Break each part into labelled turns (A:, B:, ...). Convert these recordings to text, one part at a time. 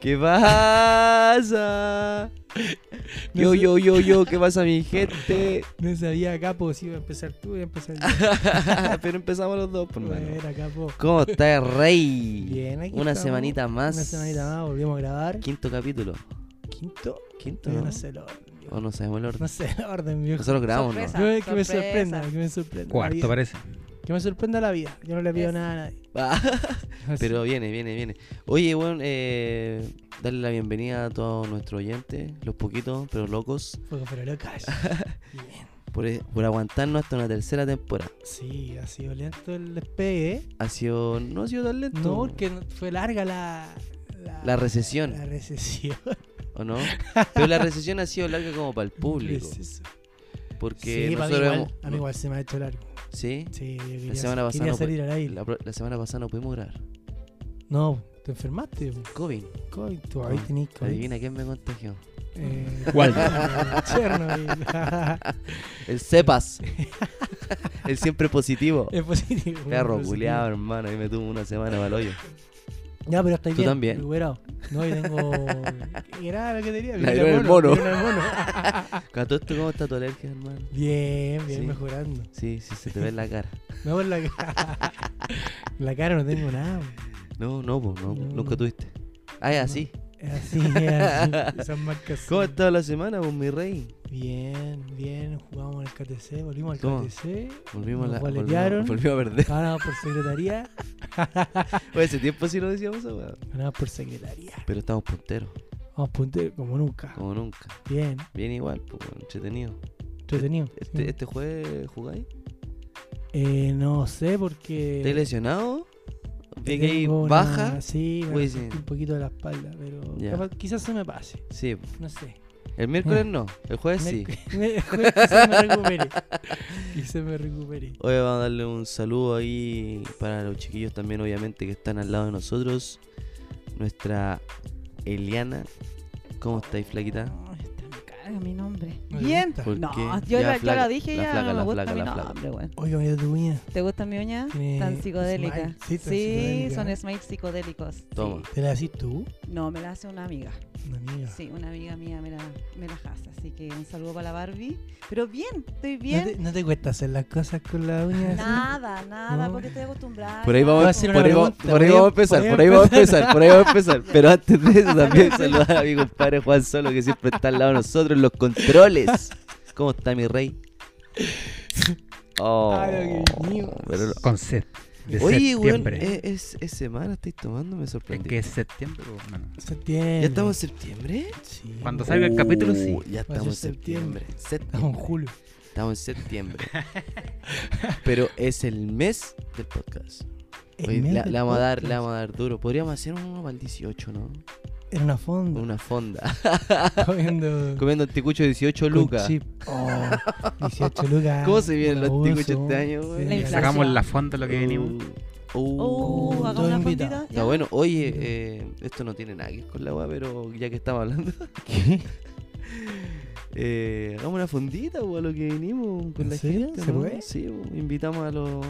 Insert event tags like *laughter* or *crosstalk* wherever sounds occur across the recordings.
A: ¿Qué pasa? Yo, yo, yo, yo, ¿qué pasa, mi
B: *laughs*
A: gente?
B: No sabía, capo, si iba a empezar tú, iba a empezar yo.
A: *laughs* Pero empezamos los dos, por mano.
B: Era, capo.
A: ¿Cómo estás, rey?
B: Bien, aquí
A: Una
B: estamos.
A: semanita más.
B: Una semanita más, volvimos a grabar.
A: Quinto capítulo.
B: ¿Quinto?
A: ¿Quinto?
B: Yo
A: ¿no?
B: no sé el orden. viejo.
A: O no sabemos el
B: No *laughs*
A: orden.
B: sé
A: *laughs*
B: el orden, viejo.
A: Nosotros grabamos, ¿no?
C: Sorpresa.
B: Yo es que me
C: Sorpresa.
B: sorprenda, que me sorprenda. la vida.
D: Cuarto parece.
B: Que me sorprenda la vida. Yo no le pido
C: Eso.
B: nada a nadie.
A: Ah,
B: *laughs*
A: Pero viene, viene, viene. Oye, bueno, eh, darle la bienvenida a todos nuestros oyentes, los poquitos, pero locos,
B: Fuego, pero locas.
A: *laughs*
B: Bien.
A: por, eh, por aguantarnos hasta una tercera temporada.
B: Sí, ha sido lento el despegue, ¿eh?
A: Ha sido, no ha sido tan lento.
B: No, porque no- fue larga la. La,
A: La recesión.
B: La recesión.
A: ¿O no? Pero la recesión ha sido larga como para el
B: *laughs*
A: público.
B: Es eso.
A: Porque
B: Sí, para mí
A: nosotros
B: igual,
A: hemos-
B: a mí igual se me ha hecho largo.
A: ¿Sí?
B: Sí, yo quería,
A: La semana pasada
B: quería
A: no
B: salir al aire.
A: La, pro- la semana pasada no pudimos grabar.
B: No, te enfermaste. po.
A: COVID.
B: COVID, tú ahí tenés COVID.
A: Ah, Adivina quién me contagió.
B: Eh, *laughs*
D: ¿Cuál?
B: Chernobyl.
A: El cepas. el siempre positivo.
B: *laughs* es positivo.
A: Perro
B: positivo.
A: culiado, hermano. Y me tuvo una semana para el hoyo.
B: Ya, pero estáis
A: Tú
B: bien.
A: también.
B: Recuperado. No, yo tengo. Era lo que tenía.
A: La viruela
B: viruela
A: del mono. *laughs*
B: viruela del mono.
A: ¿A todo esto cómo está tu alergia, hermano?
B: bien, bien,
A: Sí.
B: mejorando.
A: Sí, sí, se te ve en la cara.
B: No, por la cara. *laughs* la cara no tengo nada. po.
A: No, no, po, no,
B: No.
A: nunca tuviste. Ah, es así.
B: Es así, *laughs* es así. Esas marcas.
A: ¿Cómo ha
B: son.
A: estado la semana, pues, mi rey?
B: Bien, bien. Jugamos en el KTC, volvimos al
A: Toma.
B: KTC.
A: Volvimos a
B: Nos
A: la.
B: boletearon.
A: *laughs* Volvimos, volvimos a perder.
B: Ganamos por secretaría.
A: Oye, hace tiempo sí lo decíamos, esa weá.
B: Ganamos por secretaría.
A: Pero estamos punteros,
B: Vamos punteros como nunca.
A: como nunca.
B: Bien,
A: Bien igual, pues, weón, entretenido.
B: entretenido.
A: Este,
B: Sí.
A: este jueves jugáis.
B: Eh, no sé porque.
A: ¿Estás lesionado? Vi que ahí
B: tengo una-
A: baja.
B: Sí, me
A: Uy,
B: rompí
A: sí.
B: un poquito de la espalda, pero
A: Ya.
B: capaz- quizás se me pase.
A: Sí,
B: No sé.
A: el miércoles no, el jueves sí.
B: *laughs* Me- me- quizás
A: *laughs*
B: me recupere. quizás me recupere.
A: Hoy vamos a darle un saludo ahí para los chiquillos también, obviamente, que están al lado de nosotros. Nuestra Eliana. ¿Cómo estáis, flaquita?
C: No, esta me caga mi nombre.
B: ¿No te
C: Bien.
B: gusta?
A: ¿Por
C: No,
A: qué?
C: yo,
A: Ya,
C: lo, yo
A: flaca,
C: lo dije
A: la
C: ya,
A: flaca,
C: no
A: la
C: me gusta
A: flaca,
C: mi
A: la flaca.
C: nombre, weón.
B: Oiga, mira tu uña.
C: ¿Te gusta mi uña?
B: Tiene
C: Tan psicodélica.
B: smile. Sí, tan psicodélica,
C: son
B: ¿eh?
C: smiles psicodélicos. sí.
A: Toma.
B: ¿Te la decís tú?
C: No, me la hace una amiga.
B: Una amiga.
C: Sí, una amiga mía me la, me la hace. Así que un saludo para la Barbie. Pero bien, estoy
B: ¿No,
C: bien.
B: te, no te cuesta hacer las cosas con la uña? *laughs*
C: *laughs*
B: así?
C: Nada, nada,
B: No.
C: porque estoy acostumbrada.
A: Por ahí
C: ya.
B: Voy a
A: vamos,
B: hacer
A: por
B: una
A: ahí vamos-
B: pregunta,
A: por ahí
B: voy a-
A: vamos a empezar,
B: voy a
A: por ahí vamos a empezar, por ahí vamos a empezar. Pero antes de eso también saludar a mi compadre Juan Solo que siempre está al lado de nosotros en los controles. ¿Cómo está mi rey? Oh,
B: Ah, lo que vinimos.
A: pero lo-
D: Con sed. De
A: Oye, weón,
D: septiembre.
A: es, es- es semana estáis tomando, me
D: Es
A: sorprendí.
D: que es septiembre, po, hermano.
B: Septiembre.
A: ¿Ya estamos en septiembre? Uh,
B: Sí,
D: Cuando salga el capítulo, sí.
A: Ya
B: ser
A: estamos en
B: septiembre.
A: septiembre. septiembre.
B: Estamos en julio.
A: Estamos en septiembre. Pero es el mes del podcast.
B: El
A: Oye,
B: mes
A: la,
B: del
A: la vamos a dar, la
B: podcast.
A: vamos a dar duro. Podríamos hacer uno para el 18, ¿no?
B: En una fonda. *laughs*
A: Una fonda. *laughs*
B: Comiendo.
A: Comiendo anticucho 18
B: con
A: lucas.
B: chip.
A: *laughs*
B: Oh, 18 lucas.
A: ¿Cómo se vienen los
B: abuso.
A: anticuchos este año,
B: Sí.
A: güey?
C: La inflación.
D: Sacamos la fonda lo que venimos.
A: Uh, uh.
C: Oh,
B: Uh,
C: hagamos
B: todo
C: una
B: invitado.
C: fondita.
A: Está bueno, oye, eh, esto no tiene nada que ver con la weá, pero ya que estamos
B: *laughs*
A: hablando. *laughs* eh, hagamos una fondita, weá, lo que vinimos con
B: ¿En
A: la
B: serio?
A: gente.
B: ¿Se
A: ¿no?
B: puede?
A: Sí, bo, invitamos a los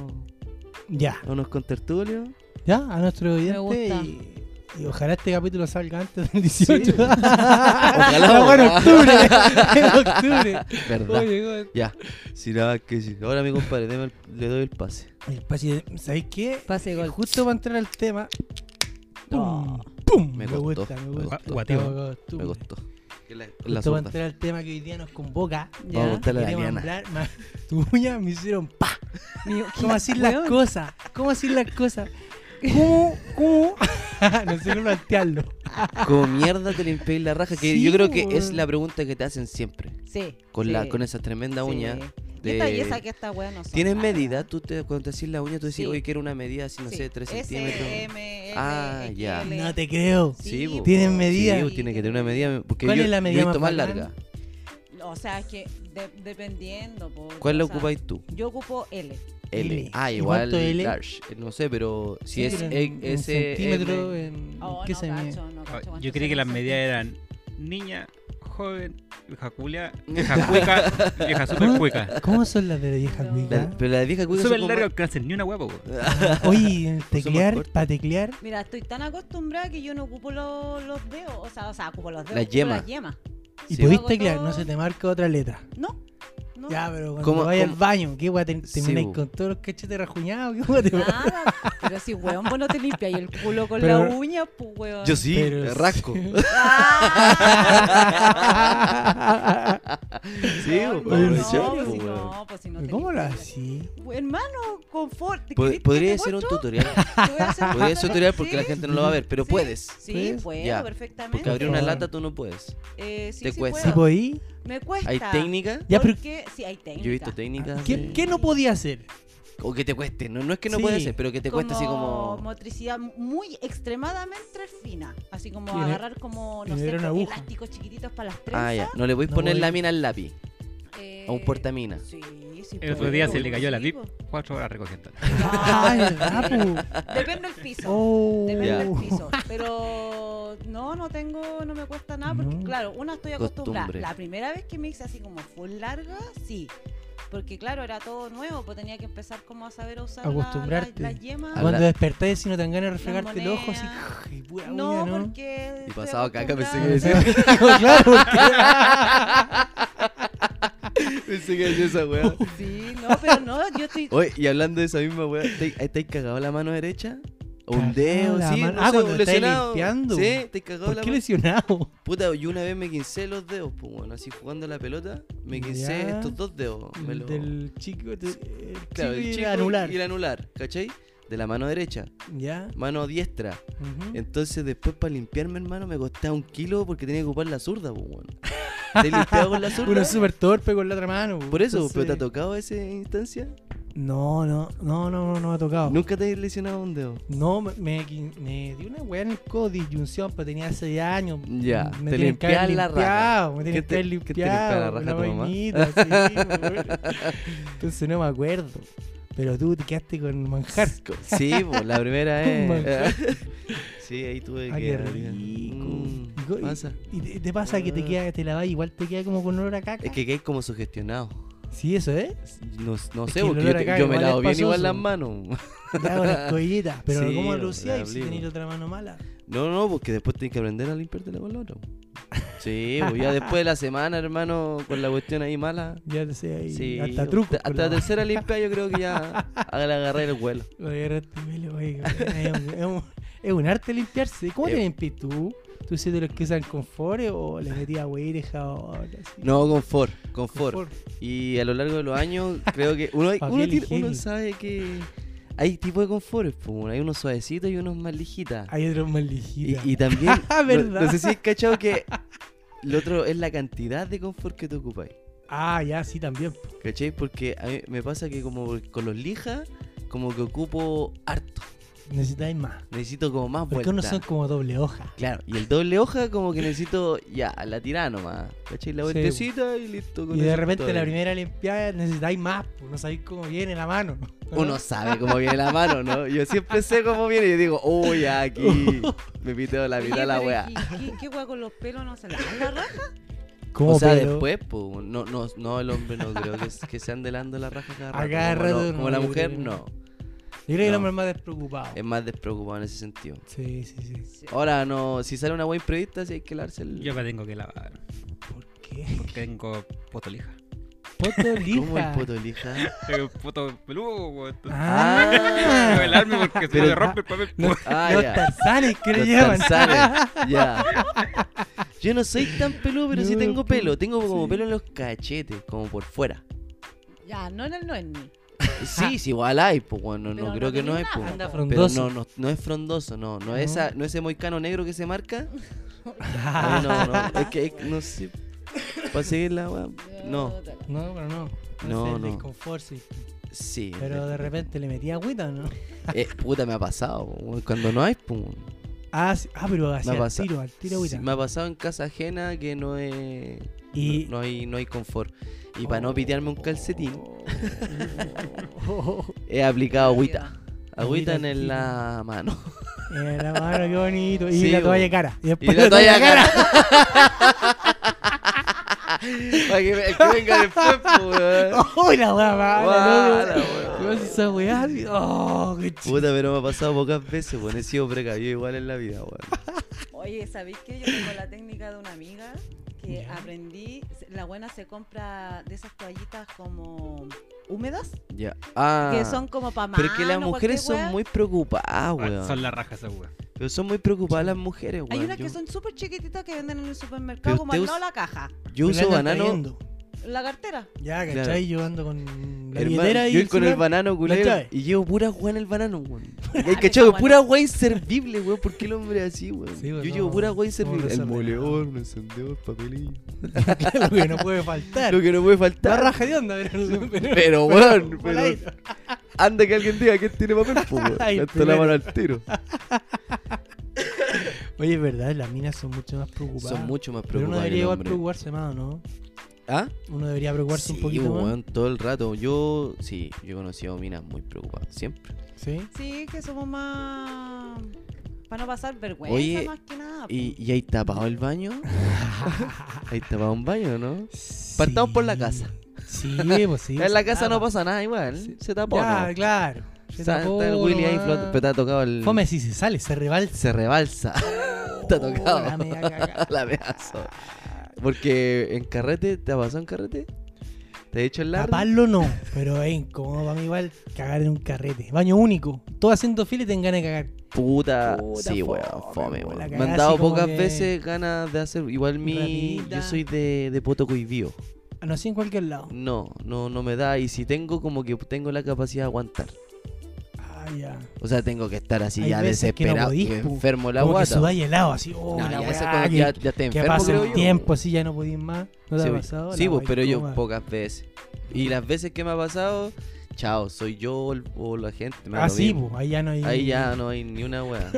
B: Ya,
A: a unos
B: *laughs*
A: contertulios.
B: ya, a nuestro oyente.
C: gusta.
B: Y, y ojalá este capítulo salga antes del 18. *laughs*
A: Sí.
B: ojalá. en
A: ojalá. *laughs*
B: octubre. en octubre.
A: ¿Verdad?
B: Oye, go-
A: Ya. Si nada que decir. Ahora mi compadre, deme el- le doy el pase.
B: el pase de- ¿Sabéis qué?
C: Pase de gol.
B: Justo para entrar al tema.
C: Oh.
B: ¡Pum! ¡Pum!
A: Me
B: Me,
A: costó,
B: gusta,
A: me
B: me gusta.
A: costó.
D: Guateo.
B: Estamos con octubre.
A: Me costó. Que la- la
B: eh, Justo para
A: zurda.
B: entrar al tema que hoy día nos convoca.
A: Vamos a
C: Ya.
A: gustar la
B: Queremos
A: Daliana.
B: hablar *laughs* más. Tus uñas me hicieron pa.
C: Mi-
B: ¿Cómo hacer las
C: Weón,
B: cosas?
C: *laughs*
B: ¿Cómo hacer las cosas? ¿Cómo? *laughs* ¿Cómo? no sé cómo plantearlo.
A: ¿Cómo mierda te limpiáis la raja? Que
B: Sí,
A: yo creo que
B: po,
A: es
B: weón.
A: la pregunta que te hacen siempre.
C: Sí.
A: Con, la,
C: pues, sí,
A: con esa tremenda
C: sí.
A: uña.
C: Y esta
A: de-
C: belleza que esta weá no son
A: ¿Tienes
C: nada.
A: medida? Tú te, cuando te haces la uña, tú decís,
C: Sí.
A: oye, quiero una medida así, no sé, 3
C: S,
A: centímetros.
C: M, L,
A: Ah,
C: XL.
A: ya.
B: No te creo.
C: Sí,
A: po.
B: ¿Tienen medida?
A: Sí, po, tiene que tener una medida. Porque
B: ¿Cuál
A: yo,
B: es la
A: yo he
B: medida
A: visto
B: más
A: más
B: bacán?
A: larga.
C: O sea, es que de- dependiendo. po,
A: ¿Cuál la
C: o sea,
A: ocupáis tú?
C: Yo ocupo L.
A: L.
B: L.
A: Ah,
B: ¿Y
A: igual
B: cuánto L?
A: large. Eh, No sé, pero si
B: Sí,
A: es
B: pero
A: en,
B: en
A: ese
B: centímetro,
A: M,
B: en...
C: Oh,
B: ¿Qué
C: no
B: se mide?
C: cacho, no cacho
D: Ah,
C: cuánto
D: Yo
C: será
D: creí que las
C: el
D: medidas eran niña, joven, vieja culia, *laughs* vieja cuica, vieja super *laughs* cuica.
B: ¿Cómo son las de la vieja
C: No.
B: cuica?
A: La- pero la vieja cuica
D: Súper
A: son como-
D: larga que no hacen ni una hueá, po, weón.
A: *laughs*
D: *laughs*
B: Oye, en teclear,
A: cortas.
B: para teclear,
C: Mira, estoy tan acostumbrada que yo no ocupo lo- los dedos. O sea, o sea, ocupo los dedos.
A: Las
C: ocupo
A: yemas.
C: Las yemas.
B: y
A: Sí.
B: podéis
C: Hago
B: teclear,
C: todo.
B: no se te marca otra letra.
C: No. No.
B: Ya, pero cuando
A: ¿Cómo-
B: vayas al
A: cómo?
B: baño, ¿qué weá? Te,
A: Sí,
B: termináis
A: bu.
B: con todos los cachetes rajuñados, ¿qué weá te pasa?
C: Nada. Pero si, weón, vos no te limpias el culo con
B: Pero-
C: la uña, pues, weón. Ah.
A: Yo sí,
B: Pero
A: rasco.
B: sí.
A: *laughs* Sí,
C: no,
A: pues,
C: no,
A: weón,
B: ¿en
C: no,
B: serio,
C: pues, si
A: weón?
C: no, pues si no te
B: *laughs* ¿Cómo lo
C: limpias.
B: así?
C: Hermano, confort. ¿te
A: Pod-
C: querés que
A: podría
C: te
A: ser un
C: muestro?
A: tutorial.
C: Te voy a hacer
A: *laughs* Podría ser un tutorial porque
C: ¿Sí?
A: la gente no lo va a ver, pero
C: sí,
A: puedes.
C: Sí,
B: ¿Puedes?
C: puedo,
A: Ya,
C: perfectamente.
A: Porque abrir una
B: Por favor.
A: lata tú no puedes.
C: Eh, sí,
A: te
C: sí
A: cuesta.
B: ¿Sí
A: Bueno.
C: puedo.
B: podí?
C: Me cuesta.
A: Hay técnica.
B: Ya, pero-
C: Porque sí, hay técnica.
A: Yo he visto técnicas.
B: ¿Qué,
A: de-
B: qué no podía hacer?
A: O que te cueste. No, no es que no
B: Sí.
A: puedes hacer, pero que te cueste así como.
C: motricidad muy extremadamente fina, así como
B: Tiene-
C: agarrar como no
B: tiene
C: sé,
B: una
C: como
B: aguja.
C: elásticos chiquititos para las trenzas.
A: Ah, ya. No le podéis
B: No
A: poner
B: voy.
A: la mina al lápiz.
C: eh,
A: A un portamina.
C: Sí, sí.
D: El otro
C: puedo,
D: día se le cayó la
C: sí,
D: VIP,
C: puedo.
D: cuatro horas recogiendo.
C: Ah,
B: Ah, *laughs* ¿verdad,
C: Depende del
B: pu?
D: *laughs*
C: piso.
B: Oh.
C: Depende
A: Ya. Uh.
C: del
A: *laughs*
C: piso. Pero no, no tengo, no me cuesta nada porque,
B: No.
C: claro, una estoy acostumbrada.
A: Costumbre.
C: La primera vez que me hice así como full larga, sí. Porque, claro, era todo nuevo, pues tenía que empezar como a saber usar la- la-
B: Acostumbrarte.
C: las yemas.
A: Habla-
B: Cuando despertáis y no te dan ganas de refregarte el ojo, así,
C: monedas.
B: y pura
C: No,
B: uña, *laughs* ¿no?
C: porque.
A: Y
C: estoy
A: pasaba caca, pensé que
C: acostumbrada.
A: decía- *laughs*
B: claro, porque-
A: *laughs* Pensé que hacía esa
B: *laughs*
A: weá.
C: Sí, no, pero no, yo estoy.
A: *laughs* Oye, y hablando de esa misma weá, ¿estáis estáis cagado la mano derecha? O
B: Cagado
A: un dedo,
B: la
A: sí.
B: mano-
A: no
B: Ah,
A: sé,
B: cuando estáis
A: lesionado.
B: limpiando.
A: Sí, estáis cagado
B: ¿Por
A: la
B: qué
A: mano.
B: lesionado?
A: Puta, yo una vez me quincé los dedos, pues bueno, así jugando a la pelota, me quincé
B: Ya.
A: estos dos dedos. Me
B: El
A: los-
B: Del chico, de- el
A: Claro,
B: chico
A: el
B: y el
A: chico
B: anular.
A: Y el anular, ¿cachai? De la mano derecha,
B: Ya.
A: mano diestra.
B: ujú.
A: Entonces después para limpiarme, hermano, me costaba un kilo porque tenía que ocupar la zurda, pues bueno. ¿Te limpiaba
B: *laughs*
A: con la
B: Uno
A: zurda?
B: es súper torpe con la otra mano.
A: Por eso, pero ¿te ha
B: entonces-
A: tocado esa instancia?
B: No, no, no, no, no, no me ha tocado. No,
A: ¿Nunca te has lesionado un dedo?
B: me, me, qui- me dio una weá en el codo de disyunción, pero tenía 6 años.
A: Ya,
B: me
A: te
B: tienen que haber
A: limpias la raja.
B: limpiado, Me
A: ¿Qué
B: tienen que
A: te-
B: haber
A: qué te limpia la
B: limpiado.
A: raja
B: Una
A: tu mamá?
B: vainita,
A: *laughs*
B: sí, weón. Entonces no me acuerdo. Pero tú te quedaste con manjar.
A: Sí, pues la
B: *laughs*
A: primera
B: Manjar.
A: es. *laughs* sí, ahí tuve
B: Ah,
A: que.
B: qué
A: abrir.
B: rico.
A: Mm,
B: Y co- y-
A: pasa.
B: Y te, te pasa que te queda, te lavas, igual te queda como con olor a caca.
A: Es que quedé como sugestionado.
B: Sí, eso, ¿eh?
A: No, no
B: Es
A: sé,
B: que el
A: porque yo,
B: olor
A: te-
B: a caca
A: yo me
B: igual es
A: lavo bien igual
B: pasoso.
A: las manos.
B: Ya
A: *laughs*
B: con las collitas. Pero
A: Sí,
B: ¿cómo
A: o-
B: lucía
A: la
B: si
A: aplico.
B: tenéis la otra mano mala?
A: No, no, porque después tienes que aprender a limpiarte la palabra. Sí, pues ya después de la semana, hermano, con la cuestión ahí mala.
B: Ya te sé ahí.
A: Sí,
B: hasta truco.
A: hasta la tercera limpia yo creo que
B: *laughs*
A: ya le agarré el vuelo.
B: *laughs* es, un, es un- es un arte limpiarse. ¿Cómo te
A: Eh,
B: limpias tú? ¿Tú sí de los que usan confort o le metías güereja o algo así?
A: No, confort, confort,
B: Confort.
A: Y a lo largo de los años creo que uno,
B: Pa'
A: uno,
B: qué
A: tiene- uno
B: ligero.
A: sabe que hay tipos de confort, pues, hay unos suavecitos y unos más lijitas.
B: Hay otros más
A: Y,
B: ligitas.
A: y también,
B: *laughs* Ah,
A: no-
B: ¿verdad?
A: No, sé si has cachado que lo otro es la cantidad de confort que te ocupáis.
B: Ah, ya, sí, también.
A: ¿Cachai? Porque a mí me pasa que como con los lijas, como que ocupo harto.
B: Necesitáis más.
A: Necesito como más
B: Porque
A: vuelta.
B: unos son como doble hoja.
A: Claro, y el doble hoja como que necesito ya, la tirada nomás. ¿Cachai? La
B: Sí.
A: vueltecita y listo. Con
B: Y de
A: eso
B: repente la
A: estoy.
B: primera limpiada necesitáis más. pues, No sabéis cómo viene la mano. ¿no?
A: Uno sabe cómo viene la mano, ¿no? Yo siempre sé cómo viene y yo digo, oh, ya
B: *laughs*
A: aquí me piteo la
C: Oye,
A: mitad de la
C: pero
A: weá.
C: ¿y ¿Qué, qué weá con los pelos no se la la raja?
B: ¿Cómo
A: O sea,
B: pelo?
A: después, pues, no, no, no, el hombre no creo que, que se ande delando la raja cada
B: A
A: rato.
B: cada
A: como, no-
B: rato, no,
A: como la
B: yo
A: mujer,
B: creo.
A: no.
B: Yo creo que el
A: No. Em
B: hombre es más despreocupado.
A: Es más despreocupado en ese sentido.
B: Sí, sí, sí.
C: Sí.
A: Ahora, no, si sale una weá imprevista, sí hay que lavarse el...
D: Yo me tengo que lavar,
B: ¿Por qué?
D: porque tengo poto lija.
B: Poto
A: ¿Cómo el
B: lija.
A: poto lija?
D: Tengo poto peludo, weón. entonces
B: Ah.
D: Tengo que lavarme porque se
A: Pero-
D: me rompe el papel.
B: Los,
A: Ah,
B: los
A: ya.
B: tarzanes que le
A: Los
B: llaman.
A: tarzanes, ya. *laughs* Yo no soy tan peludo, pero sí
B: No,
A: tengo
B: tú-
A: pelo. Tengo como
B: sí.
A: pelo en los cachetes, como por fuera.
C: Ya, no en el no en mí.
A: Sí, sí, igual hay, pues bueno, no
C: Pero
A: creo que
C: tenía
A: no es,
C: nada,
A: pues.
C: anda
A: Pero
B: Frondoso.
A: no, no, no es frondoso, no. No, Es
B: No.
A: esa, no ese moicano negro que se marca.
B: Ah, *laughs*
A: Ay, no, no. Es que es- no sé. Para seguir la weá. No,
C: te la-
B: No, pero no.
A: No,
B: No, el
A: no.
B: desconfort, sí.
A: sí.
B: Pero de repente le metía agüita, ¿no?
A: Eh, puta, me ha pasado. po, weón. Cuando no hay, pues. weón.
B: Ah, sí. ah pero hacía al
A: pasa-
B: tiro, al tiro agüita.
A: Sí, me ha pasado en casa ajena que no es.
B: Y-
A: No, no hay, no hay confort. Y para no pitearme un calcetín,
B: Oh,
A: he aplicado agüita.
B: Agüita
A: Agüita en
B: al
A: el-
B: tiro.
A: la mano.
B: eh, la mano, qué bonito. Y
A: Sí,
B: la
A: bo.
B: toalla cara. Y
A: Y
B: después
A: la toalla cara. *laughs* Para que, el que venga después, pues, weón.
B: *laughs* ¡Oh, la weá mala!
A: Mala,
B: ¿no?
A: weón.
B: ¿Qué vas a esa weá? ¡Oh, qué chido!
A: Puta, pero me ha pasado pocas veces, weón. He sido precavido igual en la vida, weón.
C: Oye, ¿sabéis que yo tengo la técnica de una amiga que aprendí? se- La buena se compra de esas toallitas como húmedas,
A: Ya. Ah.
C: que son como para
A: Pero es que las mujeres son muy preocupadas, weón.
D: Son las rajas esas weas.
A: Pero son muy preocupadas las mujeres, weón.
C: Hay unas
A: Yo-
C: que son súper chiquititas que venden en el
A: Pero
C: supermercado, como
A: usted
C: al
A: usa-
C: lado de la caja,
A: Yo uso banano.
C: la cartera.
B: Ya, ¿cachai?
A: Claro.
B: Yo ando con la
A: Hermano,
B: billetera y
A: yo con el
B: celular.
A: banano culero
B: ¿Cachai?
A: y llevo pura weá en el banano,
B: *laughs*
A: weón. Hay
C: Ah,
A: cachado,
C: está
A: pura weá inservible, weón. ¿Por qué el hombre es así, weón?
B: Sí,
A: yo
B: weón,
A: llevo
B: no,
A: pura weá
B: somos
A: inservible. El
B: desordenados.
A: moledor, un encendedor, papelillo.
B: *laughs* Claro que no puede faltar.
A: Lo que no puede
B: La
A: faltar.
B: raja de onda, pero...
A: *laughs*
B: pero-
A: Pero, weón,
B: por ahí.
A: pero. Anda que alguien diga que tiene papel, pues, weón.
B: *laughs* Ay,
A: Hasta la
B: primero.
A: mano al tiro.
B: Oye, es verdad, las minas son mucho más preocupadas.
A: Son mucho más
B: Pero uno
A: preocupadas. que
B: debería
A: el
B: igual
A: hombre.
B: preocuparse más, ¿o ¿no?
A: ¿Ah?
B: Uno debería preocuparse un
A: Sí, pues,
B: poquito más.
A: weón, todo el rato. Yo, sí, yo conocí a minas muy preocupadas, siempre.
B: ¿Sí?
C: Sí, que somos más. para no pasar vergüenza
A: Oye,
C: más que
B: Ah,
C: nada.
A: ¿Y,
B: pues.
A: y ahí tapado el baño?
B: *laughs*
A: ahí tapado un baño, ¿no? Partamos por la casa.
B: Sí,
A: *laughs*
B: pues sí.
A: en la casa no
B: pasa
A: pasa nada igual,
B: Sí.
A: se tapó.
B: Ya,
A: ¿no?
B: claro. Se
A: Está,
B: tapó
A: está el Willy ahí
B: nomás.
A: flotando, pero te ha tocado el...
B: Fome si se sale,
A: *laughs*
B: se rebalsa.
A: Se rebalsa, te ha tocado.
B: La
A: *laughs*
B: media cagada.
A: la pedazo. Porque en carrete, ¿te ha pasado en carrete? ¿Te ha hecho el largo?
B: Taparlo no, pero es incómodo para mí igual cagar en un carrete. Baño único. Todo haciendo fila y tengan ganas de cagar.
A: Puta,
B: Puta,
A: sí,
B: fome,
A: weón, fome,
B: weón, la
A: weón. Me
B: cagada
A: han
B: así
A: dado
B: como
A: pocas
B: que-
A: veces ganas de hacer. Igual mi.
C: Rapidita.
A: Yo soy de, de Poto Coivío.
B: Ah, No así en cualquier lado.
A: No, no, no me da. Y si tengo, como que tengo la capacidad de aguantar.
B: Ah, ya.
A: O sea, tengo que estar así
B: Hay
A: ya
B: veces que no
A: desesperado.
B: podís,
A: que
B: po.
A: enfermo la
B: Como que
A: guata.
B: sudáis helado así. Oh,
A: No,
B: la
A: ya, esa
B: weá,
A: cuando
B: que-
A: ya, ya te
B: que
A: enfermo,
B: pasa
A: creo
B: el
A: yo.
B: tiempo así ya no podís más. ¿No te
A: Sí,
B: ha
A: pues.
B: pasado?
A: Sí,
B: La
A: pues,
B: weá
A: pero yo
B: incómoda.
A: pocas veces. Y las veces que me ha pasado, chao, soy yo o el- o la gente. me da
B: Ah,
A: lo
B: sí,
A: mismo.
B: pues, ahí ya no hay.
A: Ahí ya no hay ni una
B: *laughs*
A: wea.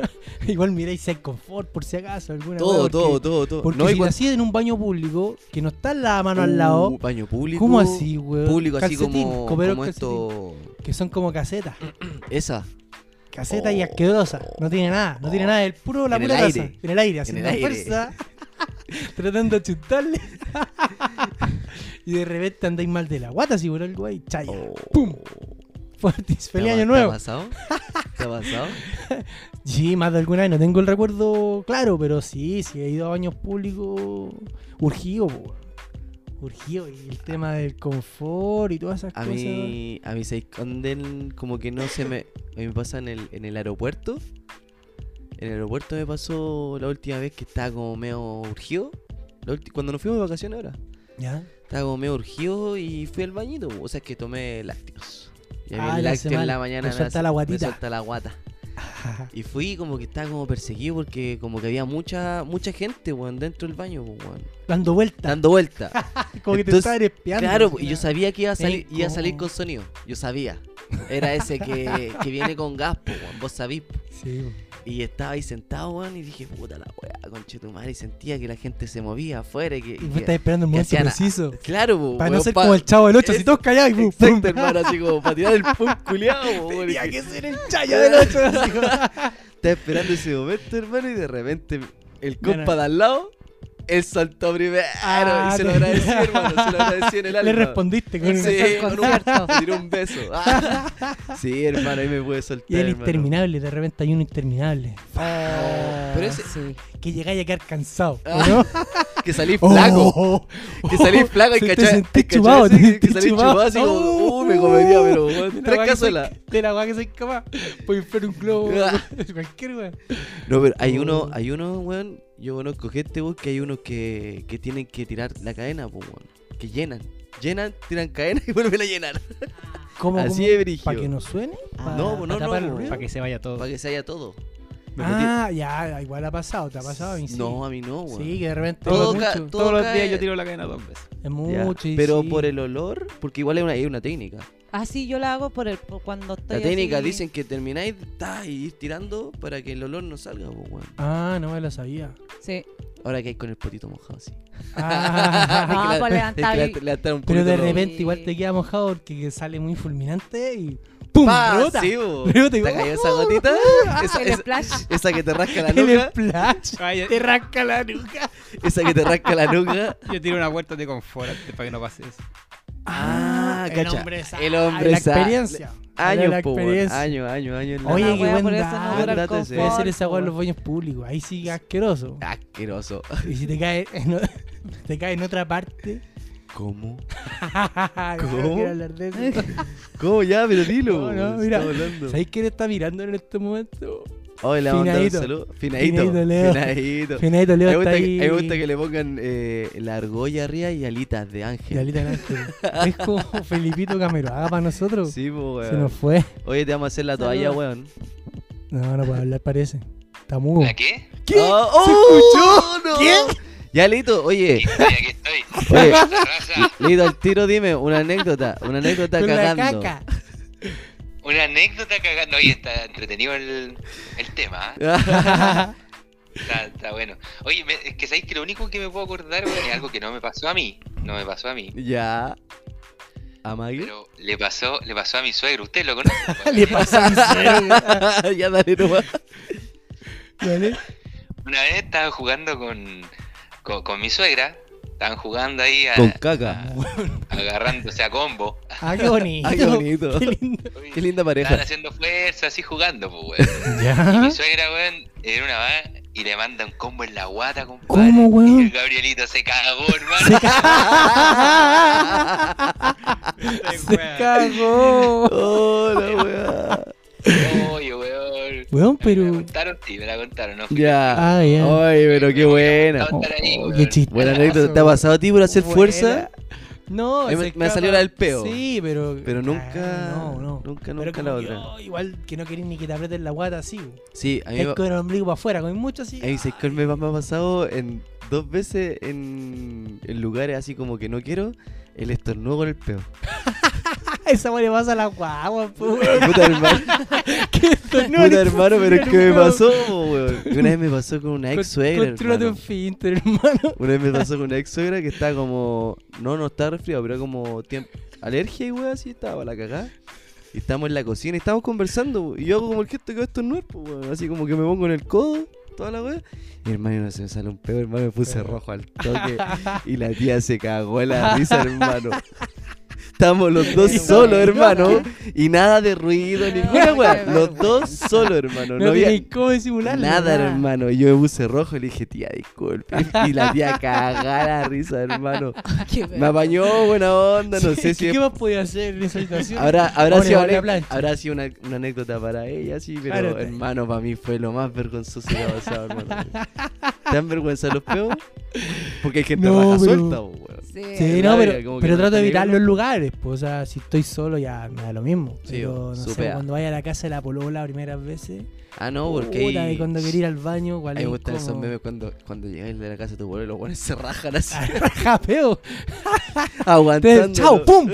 B: Igual miráis el confort por si acaso. Alguna
A: todo,
B: weá,
A: todo,
B: porque-
A: todo, todo.
B: Porque
A: No, y
B: si
A: cuando-
B: así en un baño público, que no está la mano al lado,
A: Uh, Baño público.
B: ¿cómo así, weón?
A: Público, así
B: Calcetín,
A: como,
B: copero
A: como
B: calcetín.
A: esto.
B: Que son como casetas.
A: Esa.
B: Caseta y
A: Oh.
B: asquerosa. No tiene nada, no tiene
A: Oh.
B: nada. Es puro la
A: En el
B: pura
A: aire.
B: taza. En el aire, haciendo
A: el aire.
B: fuerza. *laughs* tratando de chutarle. *laughs* y de repente andáis mal de la guata, si por el güey. Chaya.
A: Oh.
B: ¡Pum! Fuertis, feliz año nuevo.
A: ¿Te ha pasado? ¿Te ha pasado?
B: *laughs* Sí, más de alguna vez. No tengo el recuerdo claro, pero sí, sí he ido a baños públicos. Urgido, po, weón. Urgido. Y el tema del confort y todas esas
A: Ah. A
B: cosas.
A: mí, a mí se esconden como que no se me... A mí me pasa en el, en el aeropuerto. En el aeropuerto me pasó la última vez que estaba como medio urgido. La ulti- Cuando nos fuimos de vacaciones ahora. *laughs*
B: ¿Ya?
A: Estaba como medio urgido y fui al bañito. O sea, es que tomé lácteos. Y a mí
B: Ah,
A: el
B: la
A: lácteo en
B: semana.
A: la mañana
B: Te suelta
A: hace-
B: la guatita.
A: me suelta la guata. Y fui como que estaba como perseguido porque como que había mucha mucha gente, weón, dentro del baño, pues, weón.
B: Dando vueltas.
A: Dando vuelta.
B: Como que te
A: Entonces,
B: estaban espiando.
A: Claro,
B: así,
A: y yo
B: ¿no?
A: sabía que iba a, salir,
B: Ey,
A: iba a salir
B: ¿cómo?
A: con sonido. Yo sabía. Era ese que, que viene con gas, po, weón. Vos sabís. po.
B: Sí, po.
A: Y estaba ahí sentado, weón, y dije, puta la weá, conchetumare. Y sentía que la gente se movía afuera. y que,
B: Y
A: y
B: vos
A: que-
B: estás esperando el
A: que
B: momento
A: hacían a-
B: preciso.
A: Claro, po,
B: Para no
A: weón,
B: ser
A: pa-
B: como el chavo del
A: *laughs*
B: 8,
A: Es-
B: si todos callados y pum, pum.
A: Exacto, hermano, así como para tirar el pum culiado, weón.
B: Tenía
A: Dije,
B: que ser el chaya del 8.
A: *laughs* Estaba esperando ese momento, hermano, y de repente el
B: Gana.
A: compa de al lado, él saltó primero.
B: Ah,
A: y se lo
B: te-
A: agradecí, hermano, se lo agradecí en *laughs* el alma.
B: Le respondiste con
A: Sí,
B: un...
A: con *laughs* un, me tiró un beso. Ah. sí, hermano, ahí me pude soltar.
B: Y el
A: hermano.
B: interminable, de repente hay uno interminable.
A: Pero ese,
B: Que llegáis a quedar cansado.
A: Ah,
B: ¿no?
A: que salí
B: *laughs* Oh,
A: flaco.
B: oh,
A: que salí
B: oh,
A: flaco y
B: se- te
A: cachai.
B: sentí
A: y cachai
B: chupado,
A: así,
B: te sentí
A: que salí
B: chupado.
A: chupado así como,
B: Oh,
A: uh, me comería, pero
B: de la
A: bueno, tres
B: weá que soy-
A: cazuelas.
B: De la weá que soy capaz. Voy a inflar un globo.
A: *laughs*
B: *laughs* cualquier weá.
A: No, pero hay
B: Oh.
A: uno, hay uno, weón, yo conozco gente, weón, que hay unos que, que tienen que tirar la cadena, pues, weón. Que llenan. Llenan, tiran cadena *laughs* y vuelven a llenar.
B: ¿Cómo,
A: Así es, brígido. Ah,
B: ¿Para que no suene? ¿Pa-
A: no,
B: pa
A: no, no,
B: tapar el
A: no.
B: ruido?
D: Para que se vaya todo.
A: Para que se haya todo. Me
B: Ah, ya, igual ha pasado, te ha pasado a mí sí.
A: No, a mí no, weón.
B: Sí, que de repente
A: Todo
B: es
A: ca-
B: mucho.
A: todo
D: Todos los
A: cae-
D: días yo tiro la cadena dos veces.
B: Es
A: Ya,
B: mucho y
A: Pero
B: sí.
A: por el olor, porque igual hay una, hay una técnica.
C: Así Ah, yo la hago por el por cuando estoy.
A: la técnica
C: así-
A: dicen que termináis ta, y ir tirando para que el olor no salga, po, weón.
B: Ah, no me lo
A: *laughs*
B: sabía.
C: Sí.
A: Ahora que hay con el potito mojado así. *laughs*
B: Ah,
C: Ah,
A: Es que
C: pues
A: la- es
C: levantar
A: que
C: el-
A: la- levantar un
B: pero
A: poquito
B: de
A: los-
B: repente igual te queda mojado porque sale muy fulminante y ¡Pum!
A: ¡Pa!
B: ¡Rota!
A: Sí, bo.
B: Brota y-
A: ¿Te cayó esa
B: *laughs*
A: gotita? Esa,
C: Ah, el
A: esa-
C: splash.
A: esa que te rasca la
B: "Uh". El
A: nuca.
B: splash.
D: Ay, eh,
B: Te rasca la nuca.
A: Esa que te rasca la nuca.
B: *laughs*
D: Yo tiro una puerta de confort antes para que no pase eso.
A: Ah,
B: el
A: cacha.
B: hombre sabe,
A: El hombre
B: La
A: sabe.
B: experiencia.
A: Años,
B: La
A: po, weón.
B: experiencia.
A: Año, año, año. en la-
B: Oye,
C: Una
B: qué
C: wea,
B: buen
C: por eso no
B: dato.
C: dura el
A: Dato ese.
B: Debe
A: Por
B: ser esa agua en
C: confort,
B: los baños públicos. Ahí sí que asqueroso. *laughs*
A: Asqueroso.
B: Y si te cae en, o- *laughs* te cae en otra parte. *laughs*
A: ¿Cómo?
B: ¿Cómo? quiero hablar de
A: *laughs*
B: eso.
A: ¿Cómo ya? Pero dilo.
B: No, no,
A: weón,
B: mira.
A: estamos hablando.
B: ¿Sabéis quién está mirando en este momento?
A: Oye, le vamos a mandar un
B: Finadito.
A: saludo. Finadito.
B: Finadito, Leo.
A: Finadito.
B: Finadito
A: Me
B: Leo
A: gusta,
B: está
A: que,
B: ahí.
A: me gusta que le pongan eh, la argolla arriba y alitas de ángel.
B: Y Alita Ángel. Es como
A: *laughs*
B: Felipito Camero. Haga para nosotros.
A: Sí, po,
B: Se
A: weón.
B: nos fue.
A: Oye, te vamos a hacer la
C: Saludos.
A: toalla, weón.
B: No, no puedo hablar, parece. Está
A: Uh.
B: mudo.
E: ¿La qué?
B: ¿Qué?
A: ¡Oh!
B: ¿Se
A: ¡Oh!
B: escuchó?
A: ¡No!
B: ¿Qué?
A: Ya, Lito,
B: *laughs*
A: oye,
E: Estoy, aquí
A: *laughs*
E: estoy.
A: oye,
E: Raza,
A: Lito, al tiro dime una anécdota, una anécdota
B: Con la
A: cagando.
B: caca.
E: una anécdota cagando. Oye, está entretenido el, el tema, ¿eh? está, está bueno. Oye, me- es que sabéis que lo único que me puedo acordar weón, es algo que no me pasó a mí. No me pasó a mí.
A: *laughs* ya. ¿A Maggie?
E: Pero le pasó, le pasó a mi suegro. ¿Usted lo conoce?
B: *laughs* Le pasa en
A: *laughs*
B: serio.
A: ya, dale nomás.
B: ¿Vale?
E: Una vez estaban jugando con, con, con mi suegra. Estaban jugando ahí a-
A: Con
B: *laughs*
A: caca.
E: agarrándose a combo.
B: Ah, qué bonito.
A: Ay, qué bonito.
B: Qué lindo.
A: Qué linda
E: Estaban
A: pareja.
E: haciendo fuerza, así jugando, pues, weón.
B: *laughs*
E: Y
B: Ya.
E: mi suegra, weón, era una va y le manda un combo en la guata, compadre.
B: ¿Cómo, weón?
E: Y el Gabrielito se cagó, hermano.
B: Se cagó.
A: Oh, la weá.
E: Oye, weón.
B: Weón,
E: Me la
B: pero.
E: contaron, sí, me la contaron, ¿no?
A: Ya.
B: Ah, ya.
A: Oye, pero qué buena.
E: No, estar ahí,
B: Oh,
E: weón.
B: qué chiste.
A: Buena anécdota. ¿Te ha pasado a ti por hacer
B: Buena.
A: fuerza?
B: No,
A: A mí me-
B: se
A: me
B: escapa.
A: salió la del peo.
B: Sí, pero.
A: Pero nunca-
B: Ah, no, no.
A: nunca,
B: Pero
A: nunca la
B: como
A: otra.
B: yo, igual que no querés ni que te aprieten la guata así. bo.
A: Sí, a mí
B: Es
A: me,
B: con el ombligo para afuera, con mucho así.
A: Ey, ¿sabes cuál me, me ha pasado en dos veces en, en lugares así como que no quiero? El estornudo con el
B: *laughs*
A: peo.
B: Ah, Esa weá le pasa a la
A: *laughs*
B: guagua, po.
A: Puta hermano,
B: ¿Qué esto? No,
A: puta hermano, pero es que me
B: pasó
A: pasó, po, weón. Y Una vez me pasó con una ex suegra.
B: Contrólate un finter, hermano.
A: *laughs* Una vez me pasó con una ex suegra que estaba como. No, no estaba resfriado, pero era como tiempo. Alergia y weón, así estaba la cagada. Y estamos en la cocina y estamos conversando. weón, Y yo hago como el gesto que va a estornudar, po, weón. Así como que me pongo en el codo, toda la weá. Y hermano, no se me sale un pedo, hermano, me puse rojo al toque. Y la tía se cagó la risa, hermano. Estamos los dos
B: Pero,
A: solos,
B: weón.
A: hermano. Y nada de ruido, ninguna
B: Ay,
A: weá.
B: qué
A: Los
B: vergüenza.
A: dos solos, hermano.
B: No,
A: No había
B: tenéis cómo disimularlo.
A: Nada, hermano. Yo me puse rojo y le dije, tía,
B: *laughs*
A: disculpe. Y la tía cagada la risa, hermano.
C: Qué
A: Me apañó, buena onda, no
B: Sí,
A: sé si...
B: ¿Qué
A: es-
B: más podía hacer en esa situación?
A: Habrá, habrá,
B: Ahora
A: sido,
B: va la
A: ane-
B: plancha.
A: habrá sido una, una anécdota para ella, sí, pero
B: Ahora te-
A: hermano, para mí fue lo más vergonzoso que ha pasado, hermano. ¿Te dan vergüenza los peos? Porque hay gente
B: No,
A: raja
B: pero-
A: suelta, po, weón.
C: Sí,
B: Sí,
A: Eh,
B: no,
A: rabia,
B: pero,
A: como que
B: pero
A: no
B: trato de
A: tenía
B: evitar
A: uno.
B: los lugares. Pues, o sea, si estoy solo ya me da lo mismo.
A: Sí,
B: pero no sé,
A: supea.
B: cuando vaya a la casa de la polola primeras veces.
A: Ah, no, porque
B: puta,
A: ahí-
B: y cuando quería ir al baño,
A: a
B: cuál
A: mí
B: es
A: me gustan esos
B: *laughs* incómodo.
A: memes cuando, cuando llegáis de la casa de tu abuelo y los buenos se rajan
B: *laughs*
A: así,
B: Ah, Japeo.
A: aguantando.
B: chao, pum.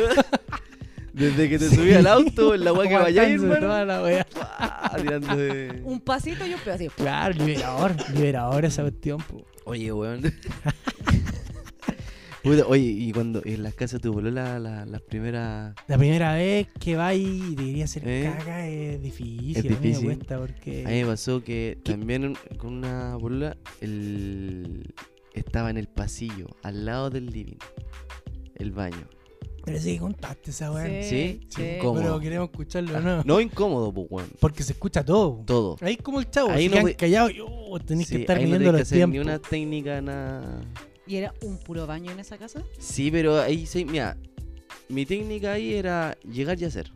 A: *laughs* Desde que *laughs* te subí al auto, en la weá que vayáis,
B: *laughs* Aguantándose
A: hermano.
B: toda la wea.
A: Ah, tirando de-
B: *laughs*
C: Un pasito y un pedazo.
B: Claro,
A: *laughs*
B: liberador. Liberador esa cuestión. po.
A: Oye, weón. *laughs* Puta, oye, y cuando en las casas tu polola, la- las primeras.
B: La primera vez que va y te quería hacer
A: ¿Eh?
B: caca es difícil.
A: Es
B: A
A: difícil.
B: mí me cuesta
A: A mí
B: porque.
A: me pasó
B: Eh.
A: que también un- con una polola el... estaba en el pasillo, al lado del living, el baño.
B: Pero sí que contaste esa wea.
A: Sí,
C: sí.
A: ¿Cómo? Ah,
B: Pero queremos escucharlo, Ah, ¿no?
A: No incómodo, pues, weón.
B: Porque se escucha todo.
A: Todo.
B: Ahí como el chavo,
A: Ahí
B: ahí
A: no
B: no
A: voy-
B: callado y oh, tenés
A: Sí,
B: que estar
A: ahí no
B: midiendo
A: tenés que
B: los
A: hacer
B: tiempos.
A: ni una técnica, nada.
C: ¿Y era un puro baño en esa casa?
A: Sí, pero ahí sí, mira. Mi técnica ahí era llegar y hacer.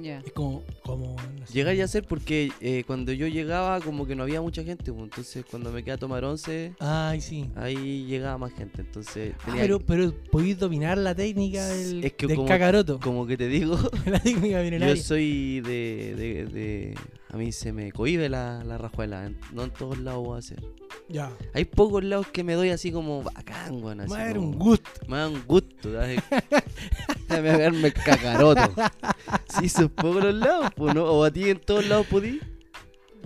C: Ya.
B: Es como, como no sé.
A: Llegar y hacer porque eh, cuando yo llegaba como que no había mucha gente, pues, entonces cuando me quedé a tomar once,
B: Ay, sí.
A: ahí llegaba más gente, entonces
B: Ah,
A: tenía
B: pero,
A: que-
B: pero podéis dominar la técnica del,
A: Es que
B: del
A: como-
B: cacaroto.
A: como que te digo,
B: *laughs* La técnica milenaria.
A: yo soy de, de, de- a mí se me cohibe la, la rajuela, en- no en todos lados voy a hacer.
B: Ya.
A: Hay pocos lados que me doy así como bacán, weón, así
B: Va a haber
A: como-
B: un gusto. eh.
A: me da un gusto, *laughs* así, me va a pegarme el cacaroto. Sí, esos pocos los lados, pues, ¿no? O a ti en todos lados pudí.